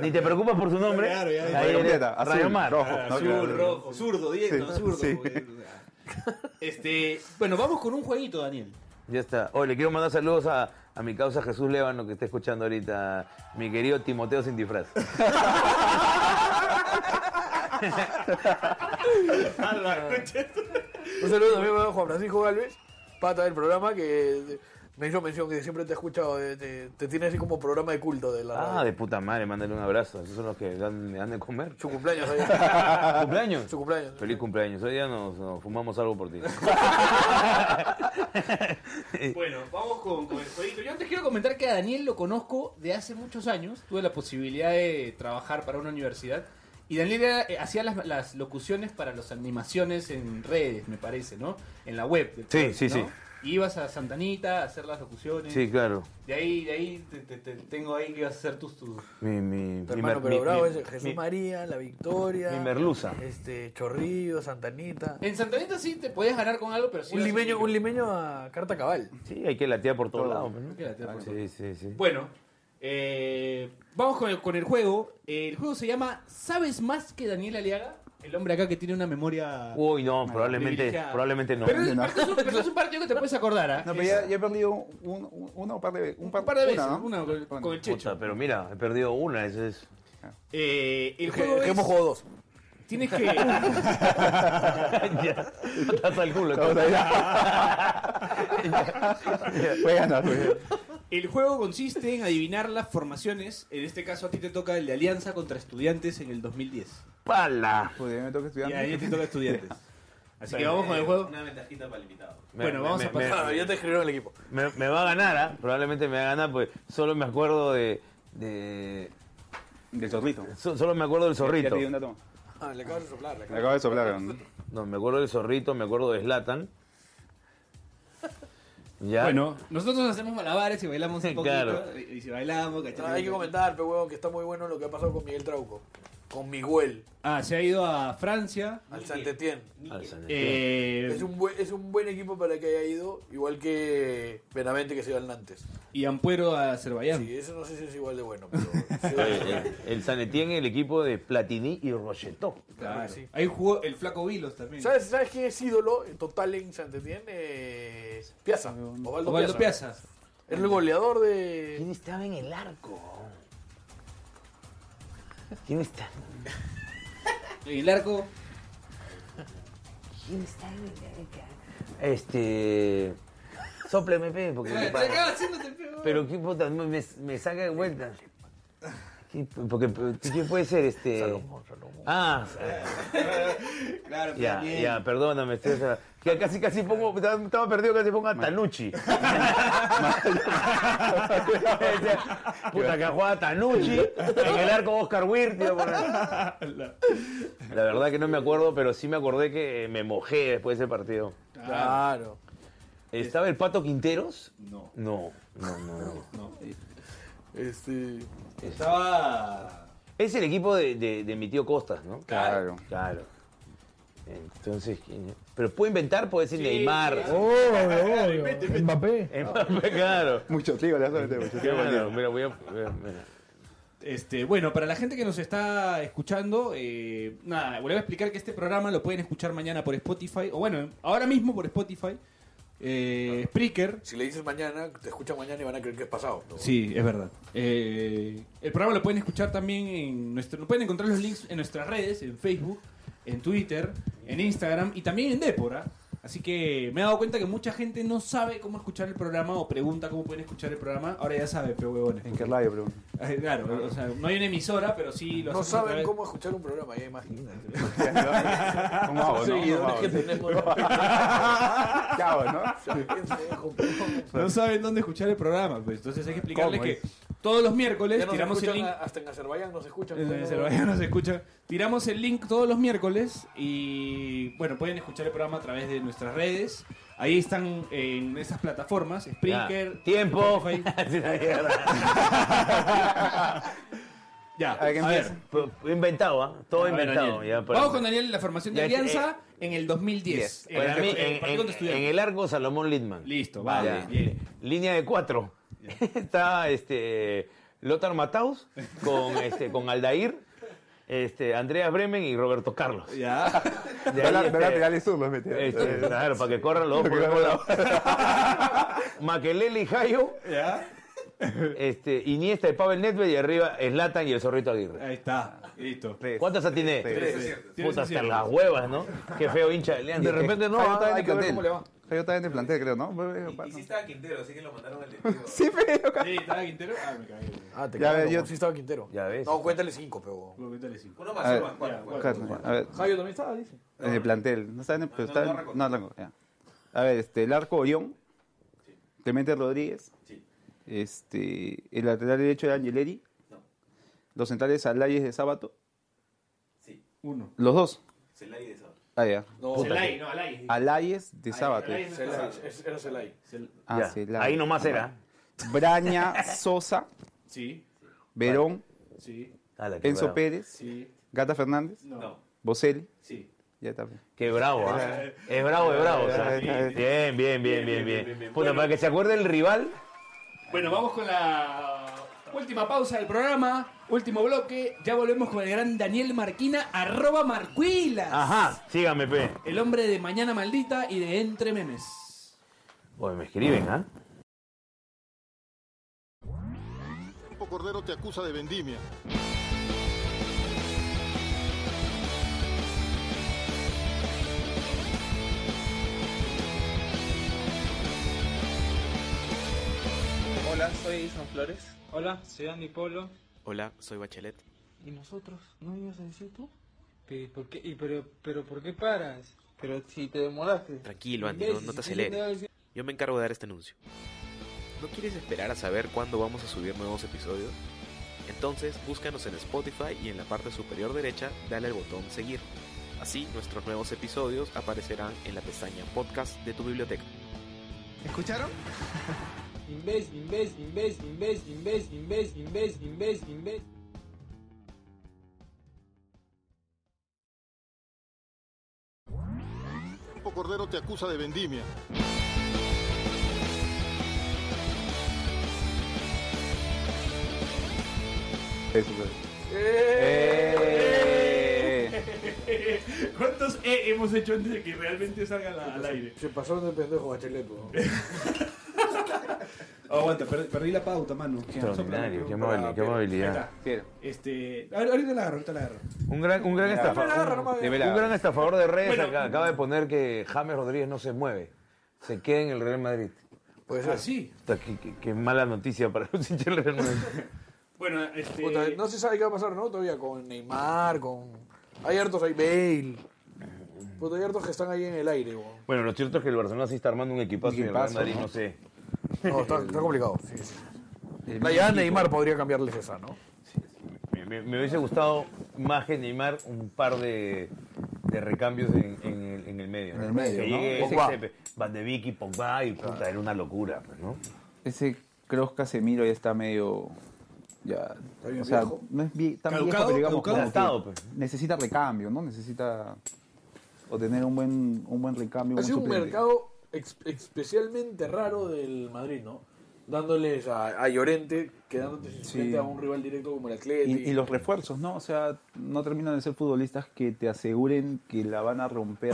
C: Ni te preocupas por su nombre.
B: Claro, ya, ya.
C: Ahí
F: Radio
C: eres
F: Completa, azul,
C: Radio Mar.
F: rojo. No,
B: Azul,
F: Ah, claro.
B: Ah, rojo, zurdo, diestro,
F: Sí,
B: zurdo.
F: sí.
B: pues, o sea. Este, bueno, vamos con un jueguito, Daniel.
C: Ya está. Hoy le quiero mandar saludos a, a mi causa Jesús Lébano que está escuchando ahorita, mi querido Timoteo sin disfraz.
D: Un saludo también para Juan Francisco Galvez, pata del programa que me hizo mención que siempre te he escuchado. de- Te, te tiene así como programa de culto de la
C: Ah,
D: radio.
C: de puta madre, mándale un abrazo. Esos son los que dan- me dan de comer.
D: Su cumpleaños ahí.
C: ¿Cumpleaños?
D: Su cumpleaños.
C: Feliz cumpleaños. Hoy día nos, nos fumamos algo por ti.
M: Eh.
K: Bueno, vamos con, con el jueguito. Yo antes quiero comentar que a Daniel lo conozco de hace muchos años. Tuve la posibilidad de trabajar para una universidad. Y Daniel era- eh, hacía las, las locuciones para las animaciones en redes, me parece, ¿no? En la web. del
C: Sí,
K: país,
C: sí,
K: ¿no?
C: sí.
K: Y Ibas a Santanita a hacer las locuciones.
C: Sí, claro.
K: De ahí, de ahí te, te- te- tengo ahí que ibas a hacer tus... tus...
C: Mi, mi,
D: Tu
C: mi mer-
D: hermano, pero
C: mi-
D: bravo,
C: mi-
D: ese, Jesús
C: mi-
D: María, La Victoria.
C: mi merluza.
D: Este, Chorrillo, Santanita.
B: Eh,
K: En Santanita sí te podías ganar con algo, pero sí...
D: Un
K: ibas a
D: limeño,
K: un
D: un
K: libro.
D: limeño a carta cabal.
C: Sí, hay que latear por todos lados.
K: Hay que latear por todos
C: Ah, Sí, sí, sí.
K: Bueno, eh, vamos con el, con el juego. Eh, el juego se llama ¿Sabes más que Daniel Aliaga? El hombre acá que tiene una memoria...
C: Uy, no, Uh, probablemente,
K: privilegiada.
C: probablemente no.
K: Pero, es,
F: no.
K: pero es un, pero es un partido que te puedes acordar, ¿ah?
F: No, pero ya, ya he perdido un, un, una o par de, un par,
K: un par de veces,
F: una, ¿no?
K: una con, con el Checho.
C: Puta, pero mira, he perdido una. Eso es...
K: Eh, el
D: Es que,
K: juego
D: es que
K: es,
D: hemos jugado dos.
K: tienes que...
C: ya, estás al culo.
F: Ahora ya. Voy a ganar, voy a ganar.
K: El juego consiste en adivinar las formaciones. En este caso a ti te toca el de Alianza contra Estudiantes en el 2010.
C: ¡Pala!
F: Joder, Pues me toca estudiar.
K: Y ahí te toca Estudiantes. Así que vamos con el juego.
B: Una ventajita para el invitado.
C: Me-
K: Bueno,
C: me-
K: vamos a
C: me-
K: pasar.
D: Ah, ya te escribieron el equipo.
C: Me, me va a ganar, ¿ah? Probablemente me va a ganar, pues solo me acuerdo de. de-
F: Del zorrito.
C: so- solo me acuerdo del
F: Ya
C: zorrito.
F: te di una toma.
D: Ah, le acabas de soplar. Le
F: Le acabo de soplar. ¿no?
C: No, me acuerdo del zorrito, me acuerdo de Slatan. Ya.
B: Bueno, nosotros hacemos malabares y bailamos un poquito.
C: Claro.
B: Y, y si bailamos,
D: Ah, hay que
B: cachamos.
D: comentar, pe huevón, que está muy bueno lo que ha pasado con Miguel Trauco. Con Miguel,
B: Ah, se ha ido a Francia.
D: al saint Etienne.
C: Al San
B: Eh,
D: Es un, buen, es un buen equipo para que haya ido, igual que Benavente que se iba al Nantes.
B: y Ampuero a Azerbaiyán.
D: Sí, eso no sé si es igual de bueno, pero...
C: Etienne. Eh, el San Etienne, el equipo de Platini y Rocheteau.
D: Claro que sí.
B: Ahí jugó el flaco Vilos también.
D: ¿Sabes, ¿Sabes quién es ídolo en total en San Etienne? Eh, Piazza. Ovaldo,
B: Ovaldo
D: Piazza.
B: Piazza.
D: Es El goleador de...
C: ¿Quién estaba en el arco? ¿Quién está?
B: En el arco.
C: ¿Quién está en el arco? Este. Sópleme, pe, porque.
B: Ah,
C: me paro. Pero qué puta, me, me- me saca de vuelta. ¿Qué- Porque, ¿Quién puede ser este? Ah,
B: Claro,
C: ya, ya, perdóname. estoy- o sea, que casi, casi pongo, estaba estaba perdido, casi pongo a Tanucci. Puta, que jugaba Tanucci, en el arco Oscar Wirt. tío, por ahí. La verdad que no me acuerdo, pero sí me acordé que eh, me mojé después de ese partido.
D: Claro.
C: ¿Estaba el Pato Quinteros?
B: No.
C: No, no, no. no.
D: Este...
B: Estaba.
C: Es el equipo de, de- de mi tío Costas, ¿no?
F: Claro.
C: Claro. Entonces, ¿quién es? pero puedo inventar, puedo decir Neymar.
N: Obvio, obvio. Mbappé.
C: Mbappé, claro.
F: Mucho trigo le has metido, mucho trigo le has
C: Claro,
F: metido.
C: mira, voy a. mira, mira.
B: Este, bueno, para la gente que nos está escuchando, eh, nada, vuelvo a explicar que este programa lo pueden escuchar mañana por Spotify, o bueno, ahora mismo por Spotify, eh, Spreaker.
D: Si le dices mañana, te escuchan mañana y van a creer que es pasado. ¿no?
B: Sí, es verdad. Eh, el programa lo pueden escuchar también en nuestro, pueden encontrar los links en nuestras redes, en Facebook, en Twitter, en Instagram y también en Dépora. Así que me he dado cuenta que mucha gente no sabe cómo escuchar el programa o pregunta cómo pueden escuchar el programa. Ahora ya sabe, pero huevones.
F: En Kerlayo, pero.
B: Eh, Claro, o sea, no hay una emisora, pero sí lo
D: No
B: hacemos a
D: saben
B: través-
D: cómo escuchar un programa, ya imagínate.
F: ¿Cómo hago, no? ¿Cómo hago?
D: Seguidores que tenemos.
F: ¿Qué hago, no?
B: No saben dónde escuchar el programa, pues. Entonces hay que explicarles
F: ¿Cómo
B: que
F: es?
B: todos los miércoles
D: Ya nos
B: tiramos el
D: escuchan
B: link.
D: a- hasta en Azerbaiyán nos escuchan. Ah,
B: Eh,
D: pero-
B: se lo- ya no se escucha. Tiramos el link todos los miércoles y bueno, pueden escuchar el programa a través de nuestras redes. Ahí están en esas plataformas, Spreaker,
C: Ya. Tiempo.
B: Spotify. Ya,
F: A ver, ¿qué
B: a ver.
F: empieza?
C: inventado, ¿ah? Todo
B: A ver,
C: inventado.
B: Daniel.
C: ya, para-
B: Vamos con Daniel en la formación de
C: Ya, eh,
B: Alianza en el 2010. En
C: Para
B: el-
C: mí,
B: en el
C: en,
B: partido
C: en-
B: contra Estudiantes.
C: en el arco Salomón Lidman.
B: Listo, vale.
C: Ya.
B: bien.
C: Línea de cuatro. Está este Lothar Mataus con, este, con Aldair, este, Andreas Bremen y Roberto Carlos.
B: Ya.
C: De
F: Dos
C: ahí,
F: la-
C: este,
F: dos laterales sur los metió.
C: este, claro, para que corran los dos por
F: Porque
C: el lado. Makelele y Jairo,
B: Ya.
C: este, Iniesta y Pavel Nedved y arriba Slatan y el Zorrito Aguirre.
B: Ahí está. Listo.
F: Eh, Tres.
C: ¿Cuántos atiné?
B: Tienes
C: Puta, hasta
B: aciertos.
C: las huevas, ¿no? Qué feo hincha de Alianza.
F: De repente no,
C: Jairo
F: ah,
C: está en
F: hay
C: el
F: que ver
C: plantel.
F: cómo le va. Yo estaba en el plantel, creo, ¿no?
E: Y sí estaba Quintero, así que lo mandaron al destino.
F: Sí, pero.
B: Sí, estaba Quintero. Ah, me cagué.
D: Ah, te
F: Ya,
D: ya,
F: yo-
D: sí estaba Quintero.
C: Ya ves.
D: No, cuéntale cinco, pero.
B: Lo que te le digo.
E: Uno más
F: A ver,
E: uno más cuatro. cuatro.
F: A ver,
D: Jairo también estaba, dice.
F: en el plantel. No está en el. pero
E: No,
F: está
E: no,
F: en-
E: Arraco.
F: No, Arraco, ya. A ver, este, el arco Orión. Clemente Rodríguez.
E: Sí.
F: Este, el lateral derecho era Angeleri.
E: No.
F: Los centrales Alayes de Sábato.
E: Sí.
B: Uno.
F: Los dos.
E: Celay de Sábado.
F: Ah, ya.
D: No,
B: Celay, no, Alay.
F: Alayes de Sábato.
B: Alayes.
D: Celay, es- era Celay.
F: Ah,
C: Ya,
F: sí,
C: Ahí nomás era.
F: Braña Sosa.
B: Sí,
F: Verón.
B: sí,
C: A la que
F: Enzo
C: bravo.
F: Pérez.
B: sí.
F: Gata Fernández.
B: No,
F: Bocelli.
B: sí.
F: Ya está. pues.
C: Qué bravo, ¿ah? Es bravo, es bravo. o sea. Bien, bien, bien, bien, bien. Puta, para que se acuerde el rival.
B: Bueno, vamos con la última pausa del programa, último bloque. Ya volvemos con el gran Daniel Marquina, arroba Marquila.
C: Ajá, sígame, pe.
B: El hombre de Mañana Maldita y de Entre Memes.
C: Oye, me escriben, ¿ah?
A: Grupo Cordero te acusa de vendimia.
N: Hola, soy San Flores. Hola, soy Andy Polo.
M: Hola, soy Bachelet.
O: ¿Y nosotros? ¿No ibas a decir tú? ¿Por qué? ¿Y pero, pero por qué paras? Pero si te demoraste.
M: Tranquilo, Andy, no, no te aceleres. Yo me encargo de dar este anuncio. ¿No quieres esperar a saber cuándo vamos a subir nuevos episodios? Entonces, búscanos en Spotify y en la parte superior derecha dale al botón seguir. Así, nuestros nuevos episodios aparecerán en la pestaña podcast de tu biblioteca.
L: ¿Escucharon? Inves, inves, inves, inves, inves, inves, inves, inves, inves.
A: Grupo Cordero te acusa de vendimia.
F: Eso, pues. Eh.
B: ¿Cuántos E hemos hecho antes de que realmente salga la- al aire?
D: Se pasaron de pendejo Bachelet,
B: Oh, aguanta, perdí, la pauta, mano.
C: Extraordinario, qué, mobili- qué movilidad.
B: Este, ahorita la agarro, ahorita la agarro.
C: Un gran, un gran
B: Deme la garra, no
C: estafador.
B: me
C: Un,
B: veas.
C: un gran estafador de redes
B: Bueno.
C: acá- acaba de poner que James Rodríguez no se mueve. Se queda en el Real Madrid.
D: Pues
B: así.
C: Qué, qué- qué mala noticia para los hinchas del Real Madrid.
B: Bueno, este...
D: no se sabe qué va a pasar, ¿no? Todavía con Neymar, con... Hay hartos, hay Bale. Puta, hay hartos que están ahí en el aire, weón.
C: Bueno, lo cierto es que el Barcelona sí está armando un equipazo, y el Real
D: Equipazo,
C: Madrid
D: ¿no?
C: no sé.
D: No, está, está complicado. La llegada de Neymar podría cambiarles esa, ¿no?
C: Me, me- me hubiese gustado más que Neymar un par de, de recambios en, en el, en el medio.
F: En el medio,
C: Que
F: ¿no?
C: llegue ese
F: Pogba.
C: Sepe, Van de Vick y Pogba y puta, era una locura, pues, ¿no?
F: Ese Kroos Casemiro ya está medio. Ya.
C: bien
F: o sea,
C: viejo.
F: no es vie- tan
C: Caducado,
F: viejo, pero
C: caducado.
F: digamos como que
C: Gastado, pues.
F: necesita recambio, ¿no? Necesita. O tener un buen, un buen recambio.
D: Ha sido un
F: suplente.
D: mercado ex- especialmente raro del Madrid, ¿no? Dándoles a, a Llorente, quedándote sin suplente a un rival directo como el Atlético.
F: Y, y los refuerzos, ¿no? O sea, no terminan de ser futbolistas que te aseguren que la van a romper.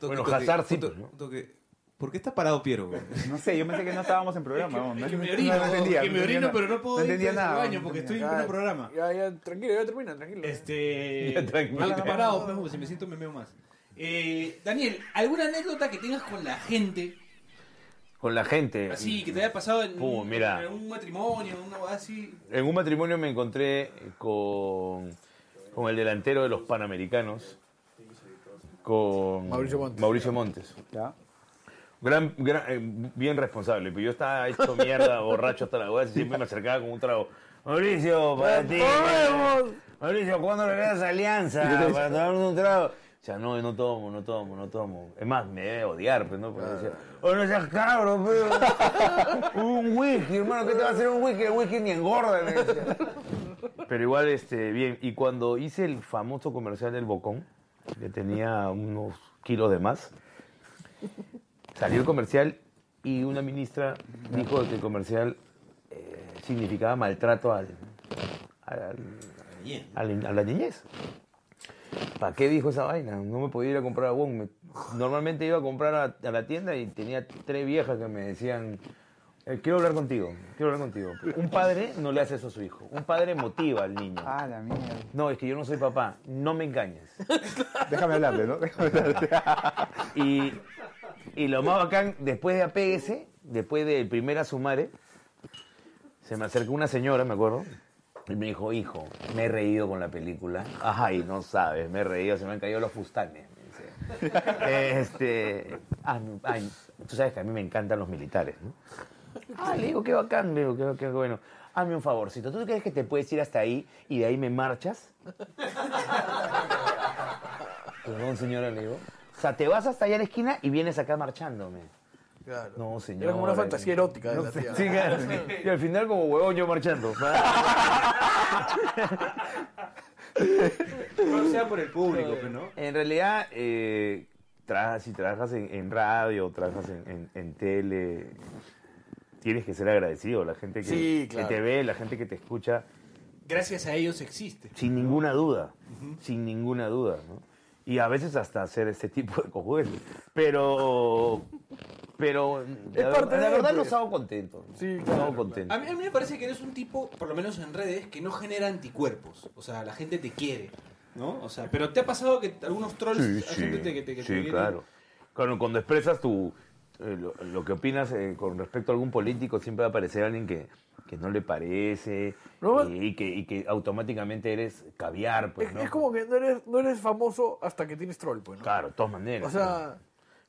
H: toque, Bueno, toque, Hazard sí, un toque,
F: ¿Por qué está parado Piero? No sé, yo pensé que no estábamos en programa. ¿no?
B: es que me
F: No
B: orino,
F: entendía,
B: que me
F: entendía
B: orino,
F: nada.
B: pero no puedo ir pues,
F: entendía
B: al
F: nada,
B: baño
F: no
B: porque
F: entendía
B: estoy en
F: nada.
B: pleno programa.
D: Ya, ya, tranquilo, ya termina, tranquilo.
B: Este.
D: Ya, tranquilo.
B: mal parado, pues, si me siento me meo más. Eh, Daniel, ¿alguna anécdota que tengas con la gente?
C: Con la gente.
B: Así, que te haya pasado en,
C: Puh,
B: un-
C: mira.
B: en un matrimonio, en una boda así.
C: En un matrimonio me encontré con, con el delantero de los Panamericanos, con
D: Mauricio Montes.
C: Mauricio Montes. Gran, gran- eh, bien responsable, pero yo estaba hecho mierda, borracho hasta la hueá, siempre me acercaba con un trago. Mauricio, para ti. Mauricio, ¿cuándo regresas a Alianza? Para tomarnos un trago. O sea, no, no tomo, no tomo, no tomo. Es más, me debe odiar, pero no, porque decía, oh, no seas cabro, pero. un whisky, hermano, ¿qué te va a hacer un whisky? El whisky ni engorda, me decía. Pero igual, este, bien. Y cuando hice el famoso comercial del Bocón, que tenía unos kilos de más, salió el comercial y una ministra dijo que el comercial eh, significaba maltrato al, al- al- a la niñez. ¿Para qué dijo esa vaina? No me podía ir a comprar a Wong. Me- normalmente iba a comprar a, a la tienda y tenía tres viejas que me decían, eh, quiero hablar contigo, quiero hablar contigo. Un padre no le hace eso a su hijo. Un padre motiva al niño.
F: Ah, la mierda.
C: No, es que yo no soy papá. No me engañes.
F: Déjame hablarte, ¿no? Déjame hablarte.
C: Y, y lo más bacán, después de APS, después del primer Asumare, se me acercó una señora, me acuerdo, y me dijo, hijo, me he reído con la película. Ay, no sabes, me he reído, se me han caído los fustanes. me dice. Este, ah, no, ay, tú sabes que a mí me encantan los militares, ¿no? Ah, le digo, qué bacán, le digo, qué, qué bueno. Hazme un favorcito, ¿tú crees que te puedes ir hasta ahí y de ahí me marchas? Perdón, señora, le digo. O sea, te vas hasta allá a la esquina y vienes acá marchándome.
D: Claro.
C: No, señor.
D: Era como una fantasía erótica de
C: No
D: la
C: sé,
D: tía.
C: sí, claro. Y al final como huevón yo marchando.
B: No sea por el público, pero no.
C: En realidad, eh, trabajas- si trabajas en, en radio, trabajas en, en- en tele, tienes que ser agradecido. a La gente que,
B: Sí,
C: que
B: claro.
C: te ve, la gente que te escucha,
B: Gracias a ellos existe.
C: sin ninguna duda. Sin ninguna duda, ¿no? Y a veces hasta hacer este tipo de cojuelos. Pero... Pero la,
B: parte
C: verdad- la
B: de, pues.
C: verdad los hago contentos. Sí, hago contentos.
B: A mí, a mí me parece que eres un tipo, por lo menos en redes, que no genera anticuerpos. O sea, la gente te quiere, ¿no? O sea, pero ¿te ha pasado que algunos trolls...
C: Sí,
B: hay
C: sí.
B: gente te- que te- que te
C: Sí,
B: viene-
C: claro. Cuando, cuando expresas tu, eh, lo, lo que opinas eh, con respecto a algún político, siempre va a aparecer alguien que, que no le parece y, y que, y que automáticamente eres caviar, pues,
D: es,
C: ¿no?
D: es como que no eres, no eres famoso hasta que tienes troll, pues, ¿no?
C: Claro, de todas maneras.
D: O sea,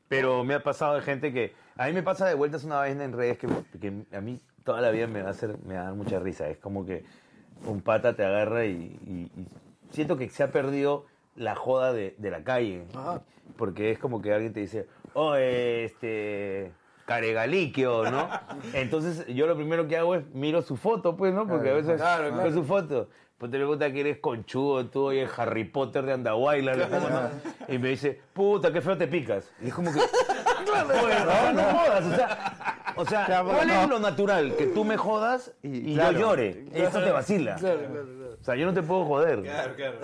C: Pero me ha pasado de gente que. A mí me pasa de vueltas una vaina en redes que, que a mí toda la vida me va a hacer, me va a dar mucha risa. Es como que un pata te agarra y, y- y siento que se ha perdido la joda de, de la calle. Porque es como que alguien te dice, oh, eh, este, caregaliquio, ¿no? Entonces yo lo primero que hago es miro su foto, pues, ¿no? Porque a
E: Claro,
C: veces
E: claro,
C: veo
E: claro.
C: su foto. Pues te pregunta que eres conchudo tú, oye, Harry Potter de Andahuayla, le pongo, ¿no? Y me dice, puta, qué feo te picas. Y es como que, Oye, o sea, no jodas, o sea... O sea,
E: Claro,
C: ¿cuál
E: no.
C: es lo natural? Que tú me jodas y,
E: claro.
C: yo llore. Eso te vacila.
E: Claro, claro, claro.
C: O sea, yo no te puedo joder.
B: Claro, claro.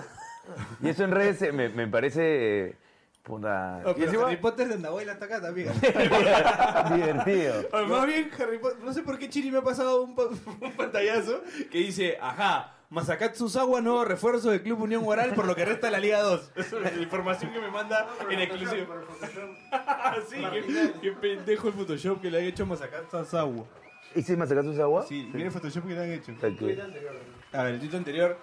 C: Y eso en redes eh, me, me parece eh, puta,
B: Oh, pero
C: encima,
B: Harry Potter de Andabuela está acá también.
C: divertido.
B: O, más bien, Harry Potter, no sé por qué Chiri me ha pasado un, pa- un pantallazo que dice, ajá, Masakatsu Sawa nuevo refuerzo del Club Unión Guaral por lo que resta de la Liga 2. Esa es la información que me manda en exclusivo. sí, qué, qué pendejo el Photoshop que le han hecho a Masakatsu Sawa.
C: ¿Y si me sacas sus aguas?
B: Sí, mira el Photoshop que le han hecho.
C: Aquí.
B: A ver, el tuit anterior.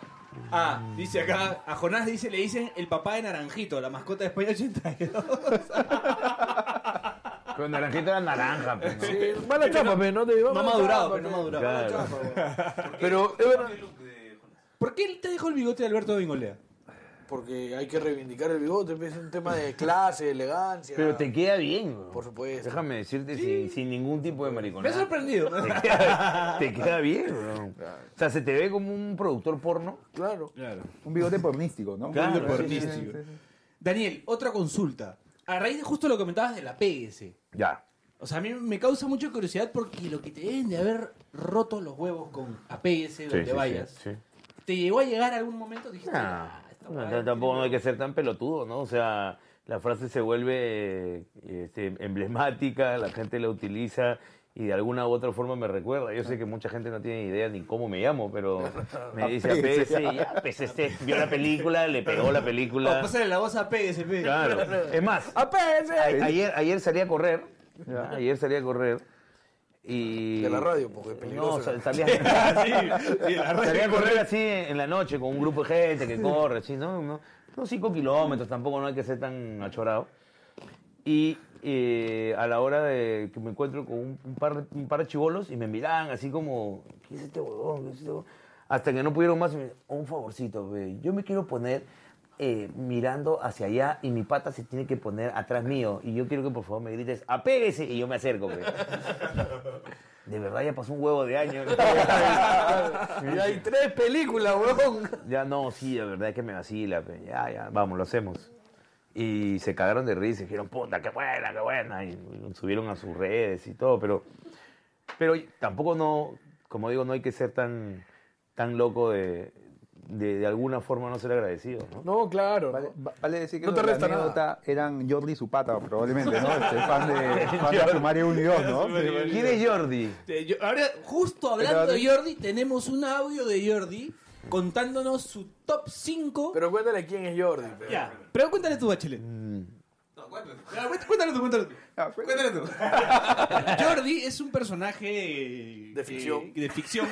B: Ah, dice acá, a Jonás dice, le dicen el papá de Naranjito, la mascota de España 82.
C: Pero naranjita era naranja. Pues, ¿no?
D: Eh, Mala chapa, pe, ¿no? Te digo,
B: No ha
D: mala
B: madurado,
D: chapa,
B: pero no ha
D: pe.
B: madurado.
D: Mala
B: Claro.
D: chapa, pues. pe. Pero, es verdad,
B: ¿Por qué te dejó el bigote de Alberto Bengolea?
D: porque hay que reivindicar el bigote, pe, es un tema de clase, de elegancia.
C: Pero te queda bien. güey.
D: Por supuesto.
C: Déjame decirte sin, sin ningún tipo de
D: Me ha
C: mariconada.
D: sorprendido.
C: Te queda, te queda bien, bro. O sea, se te ve como un productor porno.
D: Claro.
B: Claro.
F: Un bigote pornístico, ¿no?
B: Claro,
F: Un
B: sí,
F: bigote
B: sí,
F: pornístico.
B: sí, Daniel, otra consulta. A raíz de justo lo que comentabas de la PS.
C: Ya.
B: O sea, a mí me causa mucha curiosidad porque lo que te deben de haber roto los huevos con APS, donde vayas,
C: Sí.
B: ¿te llegó a llegar algún momento? Dijiste, "Ah,
C: Nah, no, tampoco no hay que ser tan pelotudo, ¿no? O sea, la frase se vuelve eh, este, emblemática, la gente la utiliza y de alguna u otra forma me recuerda. Yo sé que mucha gente no tiene idea ni cómo me llamo, pero me dice
E: Apese.
C: APS y ya, pues este vio la película, le pegó la película.
B: Oh, pásale la voz a APS, pe.
C: Claro. Es más, a- ayer, ayer salí a correr. ¿ya? Ayer salí a correr. Y...
D: De la radio, porque es peligroso.
C: No, sal- salí a, salí a correr así en la noche con un grupo de gente que corre, así, ¿no? No, no cinco kilómetros, tampoco no hay que ser tan achorado. Y eh, a la hora de que me encuentro con un, un par, de- un par de chivolos y me miran así como, ¿qué es este huevón? ¿Qué es este huevón?". Hasta que no pudieron más, y me, un favorcito, ve, yo me quiero poner eh, mirando hacia allá y mi pata se tiene que poner atrás mío. Y yo quiero que por favor me grites, apéguese, y yo me acerco. ve. De verdad ya pasó un huevo de año.
D: Ya hay tres películas, huevón.
C: Ya no, sí, la verdad es que me vacila. pe. Ya, ya, vamos, lo hacemos. Y se cagaron de risa, dijeron, puta, qué buena, qué buena. Y subieron a sus redes y todo, pero, pero tampoco no, como digo, no hay que ser tan, tan loco de, de, de alguna forma no ser agradecido. ¿no?
D: No, claro.
F: Vale, va- vale decir que
D: No
F: los
D: te
F: de
D: resta
F: la anécdota eran Jordi y su pata, probablemente, ¿no? Este fan de, fan de
C: Jordi.
F: Sumario 1 y 2, ¿no?
C: ¿Quién es Jordi?
B: Eh, yo- ahora, justo hablando de Jordi, tenemos un audio de Jordi contándonos su top 5.
D: Pero cuéntale quién es Jordi. pues.
B: Ya, pero cuéntale tú, Bachelet.
C: Mm.
B: Ya, cuént- Cuéntale tú, cuéntale tú.
F: Ah,
B: Cuéntale tú. Jordi es un personaje. De
D: ficción.
B: de ficción.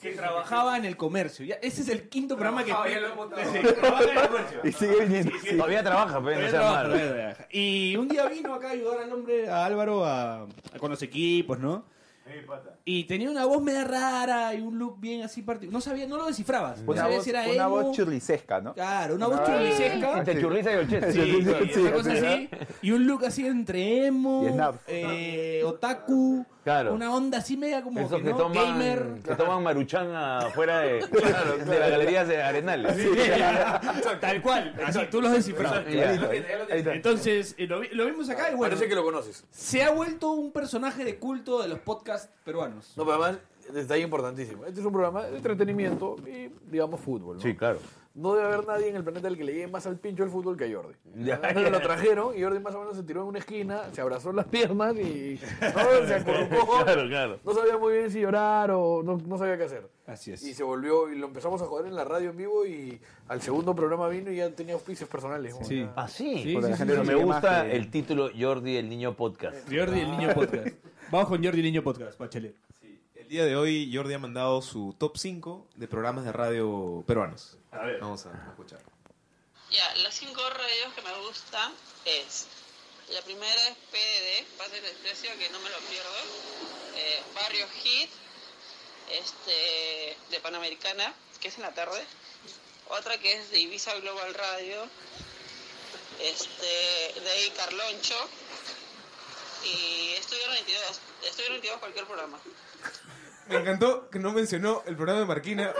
B: que trabajaba en el comercio. Ya, ese es el quinto programa que.
E: Trabajaba, ya lo he montado.
B: Sí, trabajaba en el comercio.
F: Y sigue viniendo.
C: Todavía trabaja, pero no
B: Todavía
C: sea
B: trabaja,
C: malo.
B: todavía trabaja. Y un día vino acá a ayudar al hombre, a Álvaro, a, a con los equipos, ¿no? Y tenía una voz media rara y un look bien así particular. No sabía, no lo descifrabas. No
F: Una
B: sabía
F: voz,
B: si era
F: una
B: emo.
F: voz churlisesca, ¿no?
B: Claro, una voz
F: Ah,
B: churlisesca.
C: Entre churrisa y
B: Sí,
C: olchet.
B: sí, una cosa así. Y un look así entre
F: Y
B: emo,
F: snap.
B: eh, otaku,
C: Claro.
B: una onda así media como
C: Esos
B: que,
C: que
B: ¿no?
C: toman,
B: gamer.
C: que toman maruchan afuera de, de las galerías de Arenales.
B: Tal cual, así tú los descifrabas. Entonces, eh, lo, vi- lo vimos acá y bueno,
D: Parece que lo conoces.
B: se ha vuelto un personaje de culto de los podcasts peruanos.
D: No, pero además, detalle importantísimo. Este es un programa de entretenimiento y, digamos, fútbol. ¿no?
C: Sí, claro.
D: No debe haber nadie en el planeta al que le llegue más al pincho el fútbol que a Jordi.
C: Ya.
D: Lo trajeron y Jordi más o menos se tiró en una esquina, se abrazó las piernas y ¿no? se acurrucó.
C: Claro, claro.
D: No sabía muy bien si llorar o no, no sabía qué hacer.
B: Así es.
D: Y se volvió, y lo empezamos a joder en la radio en vivo y al segundo programa vino y ya tenía auspicios personales. ¿no? Ya.
C: Ah, sí.
B: Sí, Porque la sí, gente sí,
C: pero
B: sí.
C: me
B: sigue
C: gusta
B: más que-
C: el título Jordi el Niño Podcast.
B: Jordi el Niño Podcast. Vamos con Jordi el Niño Podcast, Bachelet.
E: El día de hoy Jordi ha mandado su top 5 de programas de radio peruanos.
B: A ver.
E: Vamos a escuchar.
O: Ya, las cinco radios que me gustan es. La primera es PDD, Pase el Desprecio, que no me lo pierdo. eh, Barrio Hit. este, de Panamericana, que es en la tarde. Otra que es de Ibiza Global Radio, este, de ahí Carloncho. Y Estudio 92, Estudio 92 cualquier programa.
E: Me encantó que no mencionó el programa de Marquina.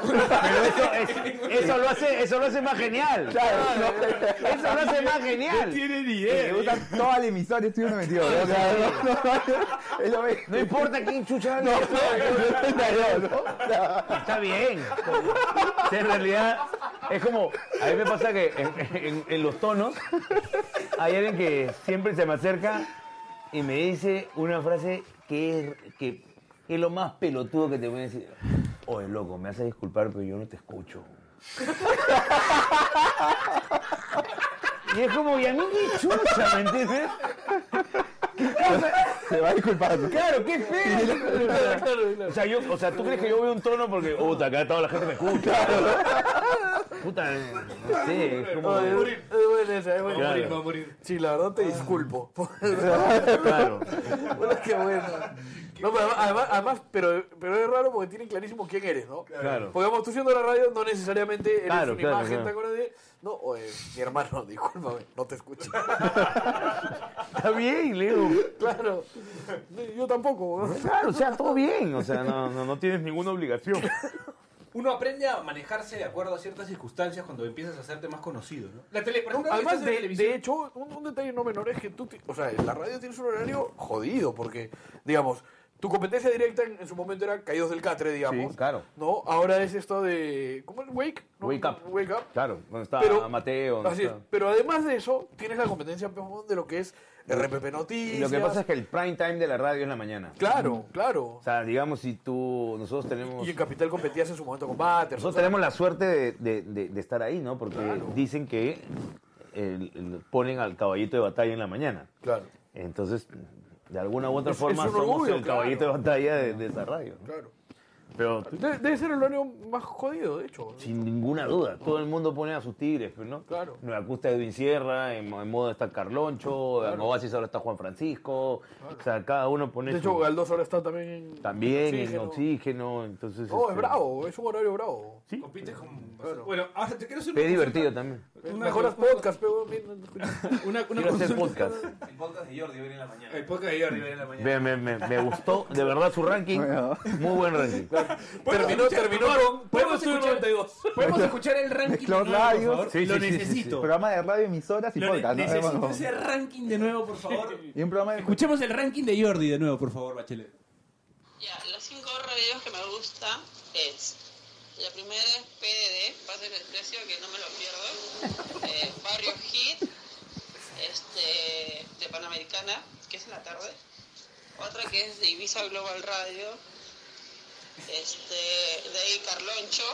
C: Eso lo hace, eso lo hace más genial. eso lo hace más genial.
F: No tiene ni idea.
C: Me gusta
F: toda la emisora Estudio 92. ¿no? O sea, no, no, es lo mismo.
C: No importa quién chucha
F: No, no, no, no.
C: Está bien. O sea, en realidad es como, a mí me pasa que en, en- en los tonos hay alguien que siempre se me acerca y me dice una frase que es, que, que es lo más pelotudo que te voy a decir. Oye, loco, me haces disculpar, pero yo no te escucho. Y es como, ¿y a mí qué chucha, me entiendes? ¿Qué cosa?
F: Se va disculpando.
C: Claro, qué feo. O sea, yo, o sea, ¿tú crees que yo veo un tono porque, puta, acá toda la gente me escucha? Puta, no sé, es como...
D: Oye, es buena esa, es buena.
C: Claro.
D: Va a morir. Sí, la verdad te disculpo.
C: Claro.
D: Bueno, qué bueno. No, pero además, además, pero, pero es raro porque tienen clarísimo quién eres, ¿no?
C: Claro.
D: Porque vamos, tú siendo la radio no necesariamente eres
C: Claro,
D: una
C: claro,
D: imagen,
C: claro.
D: ¿te acuerdas de? No, oye, mi hermano, discúlpame, no te escucho.
C: Está bien, Leo.
D: claro. Yo tampoco, ¿no?
C: Claro, o sea, todo bien. O sea, no, no, no tienes ninguna obligación.
B: Uno aprende a manejarse de acuerdo a ciertas circunstancias cuando empiezas a hacerte más conocido, ¿no? La tele, por ejemplo,
D: Además,
B: estás en
D: de, de hecho, un, un detalle no menor es que tú, ti- o sea, en la radio tienes un horario jodido, porque, digamos, tu competencia directa en, en su momento era Caídos del Catre, digamos.
C: Sí, claro.
D: ¿No? Ahora es esto de. ¿Cómo es? Wake. ¿no?
C: Wake up.
D: Wake up.
C: Claro, donde está
D: Pero-
C: Mateo. donde
D: Así es.
C: está-
D: Pero además de eso, tienes la competencia pejón, de lo que es RPP Noticias.
C: Y lo que pasa es que el prime time de la radio es la mañana.
D: Claro, claro.
C: O sea, digamos, si tú, nosotros tenemos...
D: Y en Capital competías en su momento con Butters.
C: Nosotros
D: o sea,
C: tenemos la suerte de, de- de- de estar ahí, ¿no? Porque
D: Claro.
C: dicen que el- el- ponen al caballito de batalla en la mañana.
D: Claro.
C: Entonces, de alguna u otra
D: Es-
C: forma,
D: es un
C: somos
D: orgullo,
C: el
D: claro.
C: caballito de batalla de, de esa radio. ¿no?
D: Claro.
C: Pero
D: de- debe ser el horario más jodido, de hecho.
C: sin ninguna duda, todo el mundo pone a sus tigres, pues, ¿no?
D: Claro.
C: En Acusta Edwin Sierra, en, en modo está Carloncho, en Oasis ahora está Juan Francisco. O sea, cada uno pone
D: De hecho,
C: su-
D: Galdós ahora está también en.
C: también
D: Oxígeno.
C: en oxígeno. Entonces,
D: No, es
C: este,
D: bravo, es un horario bravo.
B: Compites con... Bueno, ahora te quiero hacer una
C: Es divertido
B: consulta.
C: también.
D: Eh,
B: Una
D: Mejoras
B: consulta-
D: podcast, pero.
B: Una, una
C: Quiero hacer
B: consulta.
C: podcast.
B: El podcast de Jordi hoy en la mañana. El podcast de Jordi hoy en la mañana.
C: Me, me- me- me gustó, de verdad, su ranking. Muy buen ranking.
D: Terminó, terminó con.
K: Podemos escuchar, podemos escuchar el ranking.
F: Mezcló
K: de nuevo, por
F: radios.
K: favor? Lo necesito.
F: Programa de radio, emisoras y
K: Lo ne-
F: podcast. ¿no?
K: necesito
F: Bueno,
K: ese ranking de nuevo, por favor.
F: Y un programa de...
B: Escuchemos el ranking de Jordi de nuevo, por favor, Bachelet.
O: Ya, los cinco radios que me gustan es. La primera es PDD, Paso el Desprecio, que no me lo pierdo. Eh, Barrio Hit, este, de Panamericana, que es en la tarde. Otra que es de Ibiza Global Radio, este, de ahí Carloncho.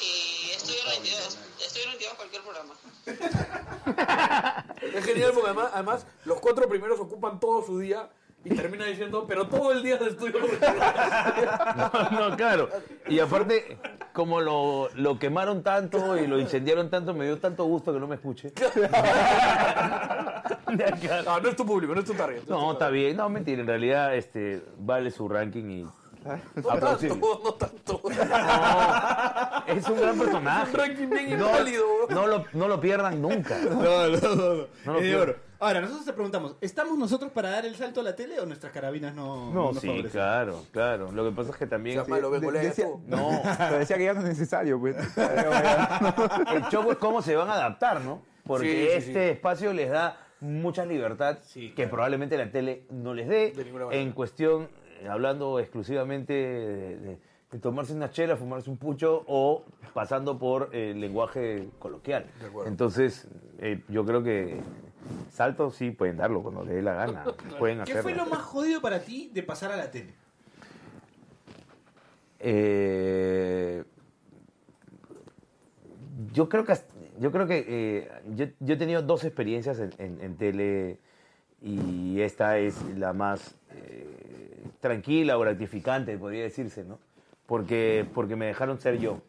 O: Y Estudio 92, Estudio 92 cualquier programa.
D: Es genial porque además, además los cuatro primeros ocupan todo su día y termina diciendo, pero todo el día de estudio.
C: No, claro. Y aparte, como lo, lo quemaron tanto y lo incendiaron tanto, me dio tanto gusto que no me escuche.
D: no, no es tu público, no es tu target.
C: No, está bien. No, mentira. En realidad, este, vale su ranking y...
D: No
C: aplausible.
D: tanto, no tanto.
C: Es un gran personaje.
D: Un ranking bien
C: No,
D: inválido, bro.
C: no lo, no lo pierdan nunca.
B: No, no, no.
C: No lo
B: Es de
C: pierdo.
B: oro. Eh, Ahora, nosotros te preguntamos, ¿estamos nosotros para dar el salto a la tele o nuestras carabinas no,
C: No,
B: nos
C: sí,
B: favorecen?
C: claro, claro. Lo que pasa es que también...
D: O sea, malo, ve,
F: de-
D: colega,
F: decía-
D: tú.
C: No,
F: Pero decía que ya no es necesario, pues.
C: el choco es cómo se van a adaptar, ¿no? Porque
D: Sí, sí,
C: este espacio les da mucha libertad que probablemente la tele no les dé.
D: De ninguna manera.
C: en cuestión, eh, hablando exclusivamente de, de- de tomarse una chela, fumarse un pucho o pasando por eh, el lenguaje coloquial.
D: De acuerdo.
C: Entonces, eh, yo creo que saltos sí pueden darlo cuando les dé la gana. Pueden
B: ¿Qué
C: hacerlo.
B: fue lo más jodido para ti de pasar a la tele?
C: Eh, yo creo que, hasta- yo, creo que eh, yo, yo he tenido dos experiencias en, en- en tele y esta es la más eh, tranquila o gratificante, podría decirse, ¿no? Porque, porque me dejaron ser yo.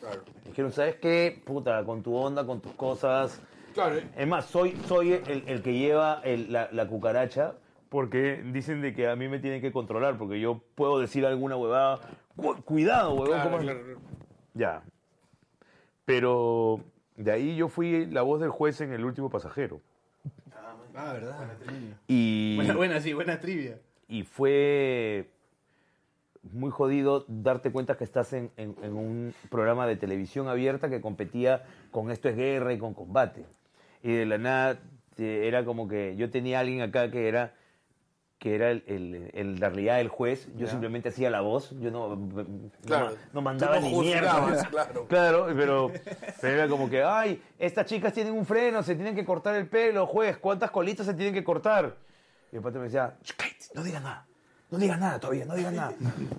D: Claro.
C: Me dijeron, ¿sabes qué? Puta, con tu onda, con tus cosas.
D: Claro, eh.
C: Es más, soy, soy el, el que lleva el- la, la cucaracha porque dicen de que a mí me tienen que controlar, porque yo puedo decir alguna huevada. "Cu- Cuidado, huevón. ¿cómo has-". Ya. Pero de ahí yo fui la voz del juez en El último pasajero.
B: Ah, verdad.
C: Y,
B: Buena, buena, sí, buena trivia.
C: y fue muy jodido darte cuenta que estás en, en- en un programa de televisión abierta que competía con Esto es Guerra y con Combate. Y de la nada eh, era como que yo tenía a alguien acá que era que era el, el, el- la realidad del juez,
P: Ya.
C: yo simplemente hacía la voz, yo no, no
P: Claro.
C: ma- no mandaba
P: Tú no
C: ni
P: juzgabas,
C: mierda.
P: claro.
C: pero, pero era como que, ay, estas chicas tienen un freno, se tienen que cortar el pelo, juez, ¿cuántas colitas se tienen que cortar? Y el pata me decía, "Shh, cállate, no digas nada, no digas nada todavía, no digas nada.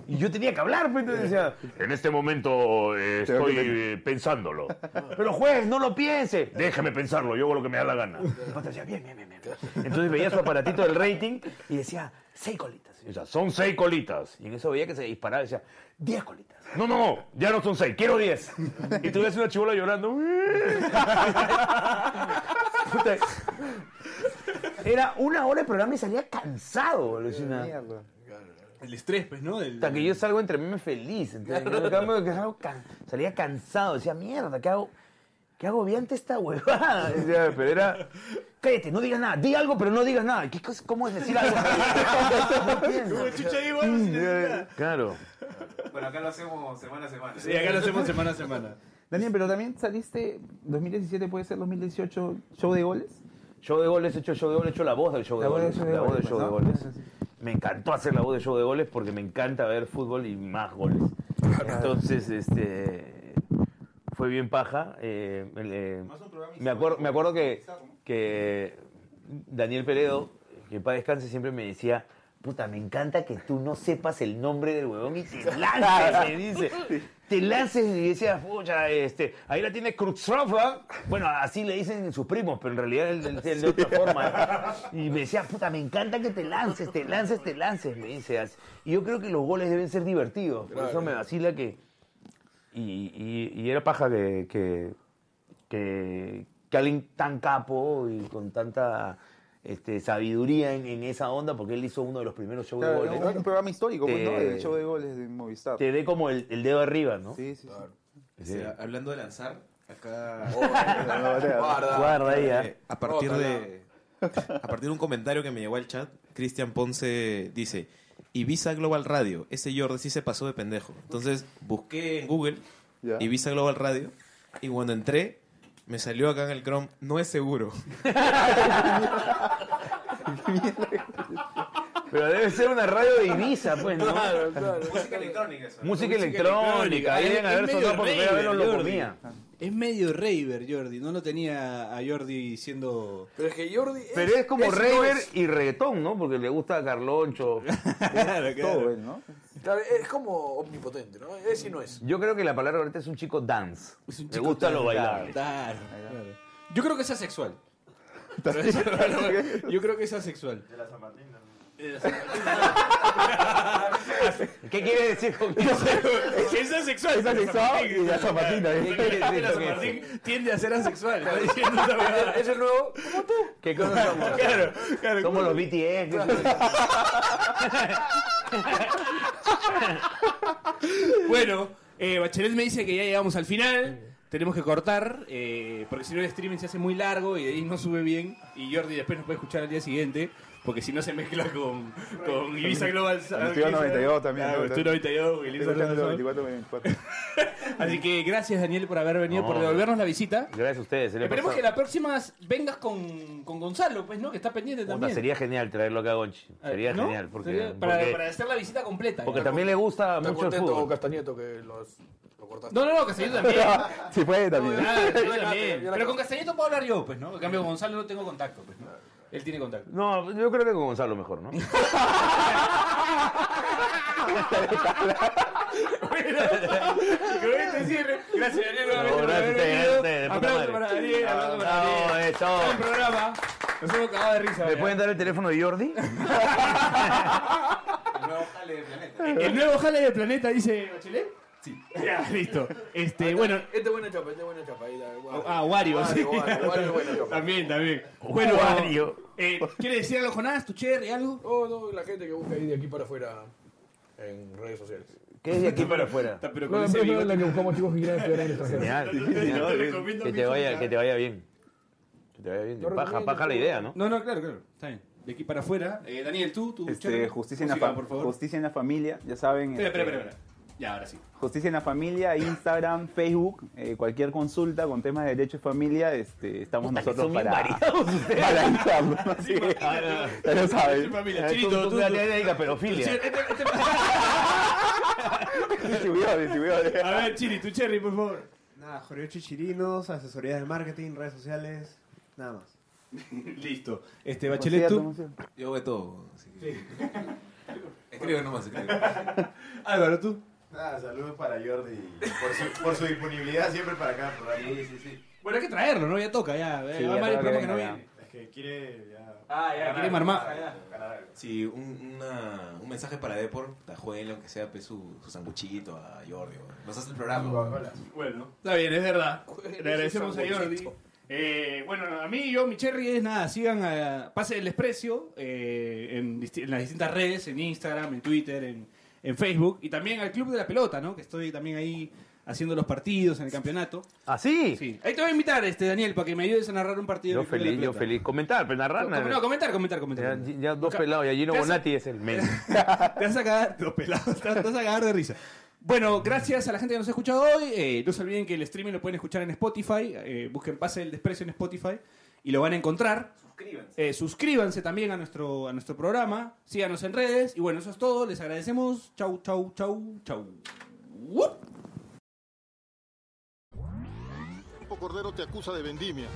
C: Y yo tenía que hablar, pues entonces decía, en este momento eh,
P: Tengo que
C: estoy eh, pensándolo. Pero juez, no lo piense. Déjeme pensarlo, yo hago lo que me da la gana. El pata decía, bien, bien, bien, bien. Entonces veía su aparatito del rating y decía, seis colitas. Y, o sea, son seis colitas. Y en eso veía que se disparaba y decía, diez colitas. No, no, ya no son seis, quiero diez. Y tú ves una chivola llorando. Puta, Era una hora de programa y salía cansado, alucina.
B: El estrés, pues, ¿no? El-
C: Hasta que yo salgo entre memes feliz. entonces,
B: Claro.
C: yo salgo- que salgo can- salía cansado. Decía, mierda, ¿qué hago? ¿Qué agobiante esta huevada? Decía, pero era. Cállate, no digas nada. Di algo, pero no digas nada. ¿Qué cosa- ¿Cómo es decir algo?
B: Como chucha ahí, bueno, sin decir
C: Mm,
B: nada.
C: Claro.
E: Bueno, acá lo hacemos semana a semana.
B: Sí, acá lo hacemos semana a semana.
F: Daniel, pero también saliste 2017, puede ser 2018, show de goles.
C: Show de goles, he hecho show de goles, he hecho la voz del show de
F: La voz del
C: goles.
F: show de
C: La voz
F: goles,
C: del show de
F: pues,
C: goles. Me encantó hacer la voz del show de goles porque me encanta ver fútbol y más goles. Entonces, este. Fue bien paja. eh, el, eh, me, acuerdo, me acuerdo que, que Daniel Peredo, que para descanse, siempre me decía. Puta, me encanta que tú no sepas el nombre del huevón y te lances, me dice. Te lances y decías, pucha, este, ahí la tiene Cruzrofa. Bueno, así le dicen sus primos, pero en realidad él él- él de otra forma. Y me decía, puta, me encanta que te lances, te lances, te lances, me dice. así. Y yo creo que los goles deben ser divertidos. Por eso me vacila que. Y, y- y era paja que, que, que, que alguien tan capo y con tanta este, sabiduría en, en esa onda, porque él hizo uno de los primeros shows
F: Claro,
C: de goles. Eh.
F: era un programa histórico, pues, ¿no?
C: Te-
F: El show de goles de Movistar.
C: Te dé como el, el dedo arriba, ¿no?
F: Sí, sí, sí.
C: Sí.
E: hablando de lanzar, acá.
C: Guarda. Guarda ahí, ¿ah?
E: Eh, A partir de. A partir de un comentario que me llegó al chat, Cristian Ponce dice: Ibiza Global Radio, ese Jordi sí se pasó de pendejo. Entonces busqué en Google
F: Ya.
E: Ibiza Global Radio y cuando entré, me salió acá en el Chrome: no es seguro.
C: Pero debe ser una radio de Ibiza, pues, ¿no?
E: Claro, claro. Música electrónica esa.
C: Música electrónica. Ahí deben haber sonado por primera vez los Locomía.
B: Es medio raver, Jordi. No lo tenía a Jordi siendo.
D: Pero es que Jordi. Es,
C: Pero es como
D: es- no
C: raver
D: es-
C: y reggaetón, ¿no? Porque le gusta a Carloncho.
F: Todo él, ¿no?
D: claro, es como omnipotente, ¿no? Es y no es.
C: Yo creo que la palabra ahorita es un chico dance. Le
B: chico
C: gusta lo
B: dance,
C: bailable.
B: Claro, claro. Yo creo que es asexual. Pero es raro, Yo creo que es asexual. De la zapatina.
C: ¿Qué quiere decir con
B: eso? Es asexual.
F: Es asexual y la zapatina.
B: ¿Qué quiere decir
C: con
B: Martín tiende a ser asexual. Está diciendo esa huevada.
D: Es el nuevo.
C: ¿Qué cosa somos?
B: Claro, claro.
C: Somos los BTS. ¿qué cosa?
B: Bueno, eh, Bachelet me dice que ya llegamos al final. Tenemos que cortar, eh, porque si no el streaming se hace muy largo y de ahí no sube bien. Y Jordi después nos puede escuchar al día siguiente, porque si no se mezcla con, con Ibiza Global.
F: En Estudio 92 también.
B: Claro,
F: ¿no?
B: Estudio 92, Ibiza
F: Estoy escuchando
B: Global.
F: 24, 24.
B: Así que gracias, Daniel, por haber venido,
C: No.
B: por devolvernos la visita.
C: Gracias a ustedes. se le
B: Esperemos
C: pasó.
B: que las próximas vengas con, con Gonzalo, pues, ¿no? Que está pendiente
C: Puta,
B: también.
C: sería genial traerlo acá a Gonchi.
B: Eh,
C: Sería
B: ¿no?
C: genial. Porque,
B: Sería- para,
C: porque-
B: para hacer la visita completa.
C: porque
B: ya.
C: también le gusta
D: Está
C: mucho el
D: contento
C: fútbol.
D: Castañeto que lo, has- lo cortaste.
B: No, no, no, Castañeto también.
F: Sí, puede también.
B: Ah, yo
D: la
B: también.
D: cago, yo la
B: Pero
D: cago.
B: con Castañeto puedo hablar yo, pues, ¿no? En cambio, con Gonzalo no tengo contacto, pues, ¿no? Él tiene contacto.
C: No, yo creo que con Gonzalo mejor, ¿no?
B: Bueno, con este cierre. Gracias, Daniel, nuevamente por haber venido.
C: No, gracias a ustedes, a ustedes, de puta
B: Aplauso
C: madre. Ah,
B: para Daniel, aplauso para
C: No,
B: Daniel.
C: eso.
B: Buen programa. Nos hemos cagado de risa.
C: ¿Me
B: ¿verdad?
C: pueden dar el teléfono de Jordi?
B: El nuevo jale del planeta, dice Bachelet.
D: Sí.
B: Ya, listo. Este, bueno,
D: Este es buena chapa, este es buena chapa. Ahí, da, Wario.
B: Ah, Wario, sí.
D: Wario, Wario, Wario es buena chapa.
B: también, también. Bueno,
D: Wario.
B: Eh, ¿Quieres decir algo, Jonás, tu cherry, algo?
D: Oh, no, la gente que busca ahí de aquí para afuera en redes sociales.
C: ¿Qué es de aquí para afuera?
B: Pero
D: con ese bigote- Eh,
Q: la que buscamos chicos que quieran estudiar en el extranjero.
C: Genial.
Q: no,
C: Genial.
Q: te recomiendo
C: Que te
Q: mucho
C: vaya,
Q: ya.
C: que te vaya bien. Que te vaya bien.
R: Yo
C: Paja,
R: recomiendo.
C: paja la idea, ¿no?
R: No, no, claro, claro.
B: Está bien. De aquí para afuera. Eh, Daniel, tú, tu
F: Este,
B: cherry.
F: justicia, en la
B: Música,
F: fa-
B: por favor.
F: justicia en la familia, ya saben.
B: Espera,
F: este,
B: espera, espera, espera. Ya, ahora sí.
F: Justicia en la familia, Instagram, Facebook, eh, cualquier consulta con temas de derecho y familia, este, estamos nosotros para, para ayudarlos, ¿no? Así que, ya lo saben.
C: Eh,
B: Este
C: tú- tú dale, dale, dale, pedofilia.
F: Distribuidores, distribuidores.
B: A ver, Chiri, tu cherry, por favor.
S: Nada, Jorge Chichirinos, ah. asesorías de marketing, redes sociales, nada más.
B: Listo. Este, Bachelet, tú.
E: Yo de todo. así que-
S: Sí.
E: Escribe nomás, escribe.
B: Álvaro, tú.
T: Nada, Ah, saludos para Jordi. Por su, por su disponibilidad siempre para cada programa. Sí, sí, sí.
B: Bueno, hay que traerlo, ¿no? Ya toca, ya.
T: Sí,
B: eh,
T: ya
B: va varios
T: toca
B: programas
T: que
B: que no
T: venga,
B: vienen.
T: Es que quiere ya.
B: Ah, ya, quiere marmar.
E: Sí, un, una- un mensaje para Depor, Tajuelo, aunque sea pues, su, su sanguchito a Jordi. weón. Nos hace el programa.
B: Bueno. Está bien, es verdad.
E: Cuelga
B: Le agradecemos a
E: ese
B: Jordi. Eh, bueno, a mí, yo, mi cherry es nada. Sigan a Pase el Desprecio eh, en, disti- en las distintas redes, en Instagram, en Twitter, en, en Facebook. Y también al Club de la Pelota, ¿no? Que estoy también ahí haciendo los partidos en el campeonato.
C: ¿Ah, sí?
B: Ahí te voy a invitar, este Daniel, para que me ayudes a narrar un partido. del
C: Yo
B: Club de la
C: feliz, yo
B: Pelota.
C: feliz. Eh, Comentar, pero narrar.
B: Com- No, comentar, comentar, comentar.
C: Ya, ya dos pelados, y a Gino
B: ¿Qué hace?
C: Bonatti es el men.
B: Te vas a cagar, los pelados, te vas a cagar de risa. Bueno, gracias a la gente que nos ha escuchado hoy. Eh, no se olviden que el streaming lo pueden escuchar en Spotify. Eh, busquen Pase del Desprecio en Spotify y lo van a encontrar. Suscríbanse. suscríbanse también a nuestro, a nuestro programa. Síganos en redes. Y bueno, eso es todo. Les agradecemos. Chau, chau, chau, chau. ¡Wup!
A: Cordero te acusa de vendimia.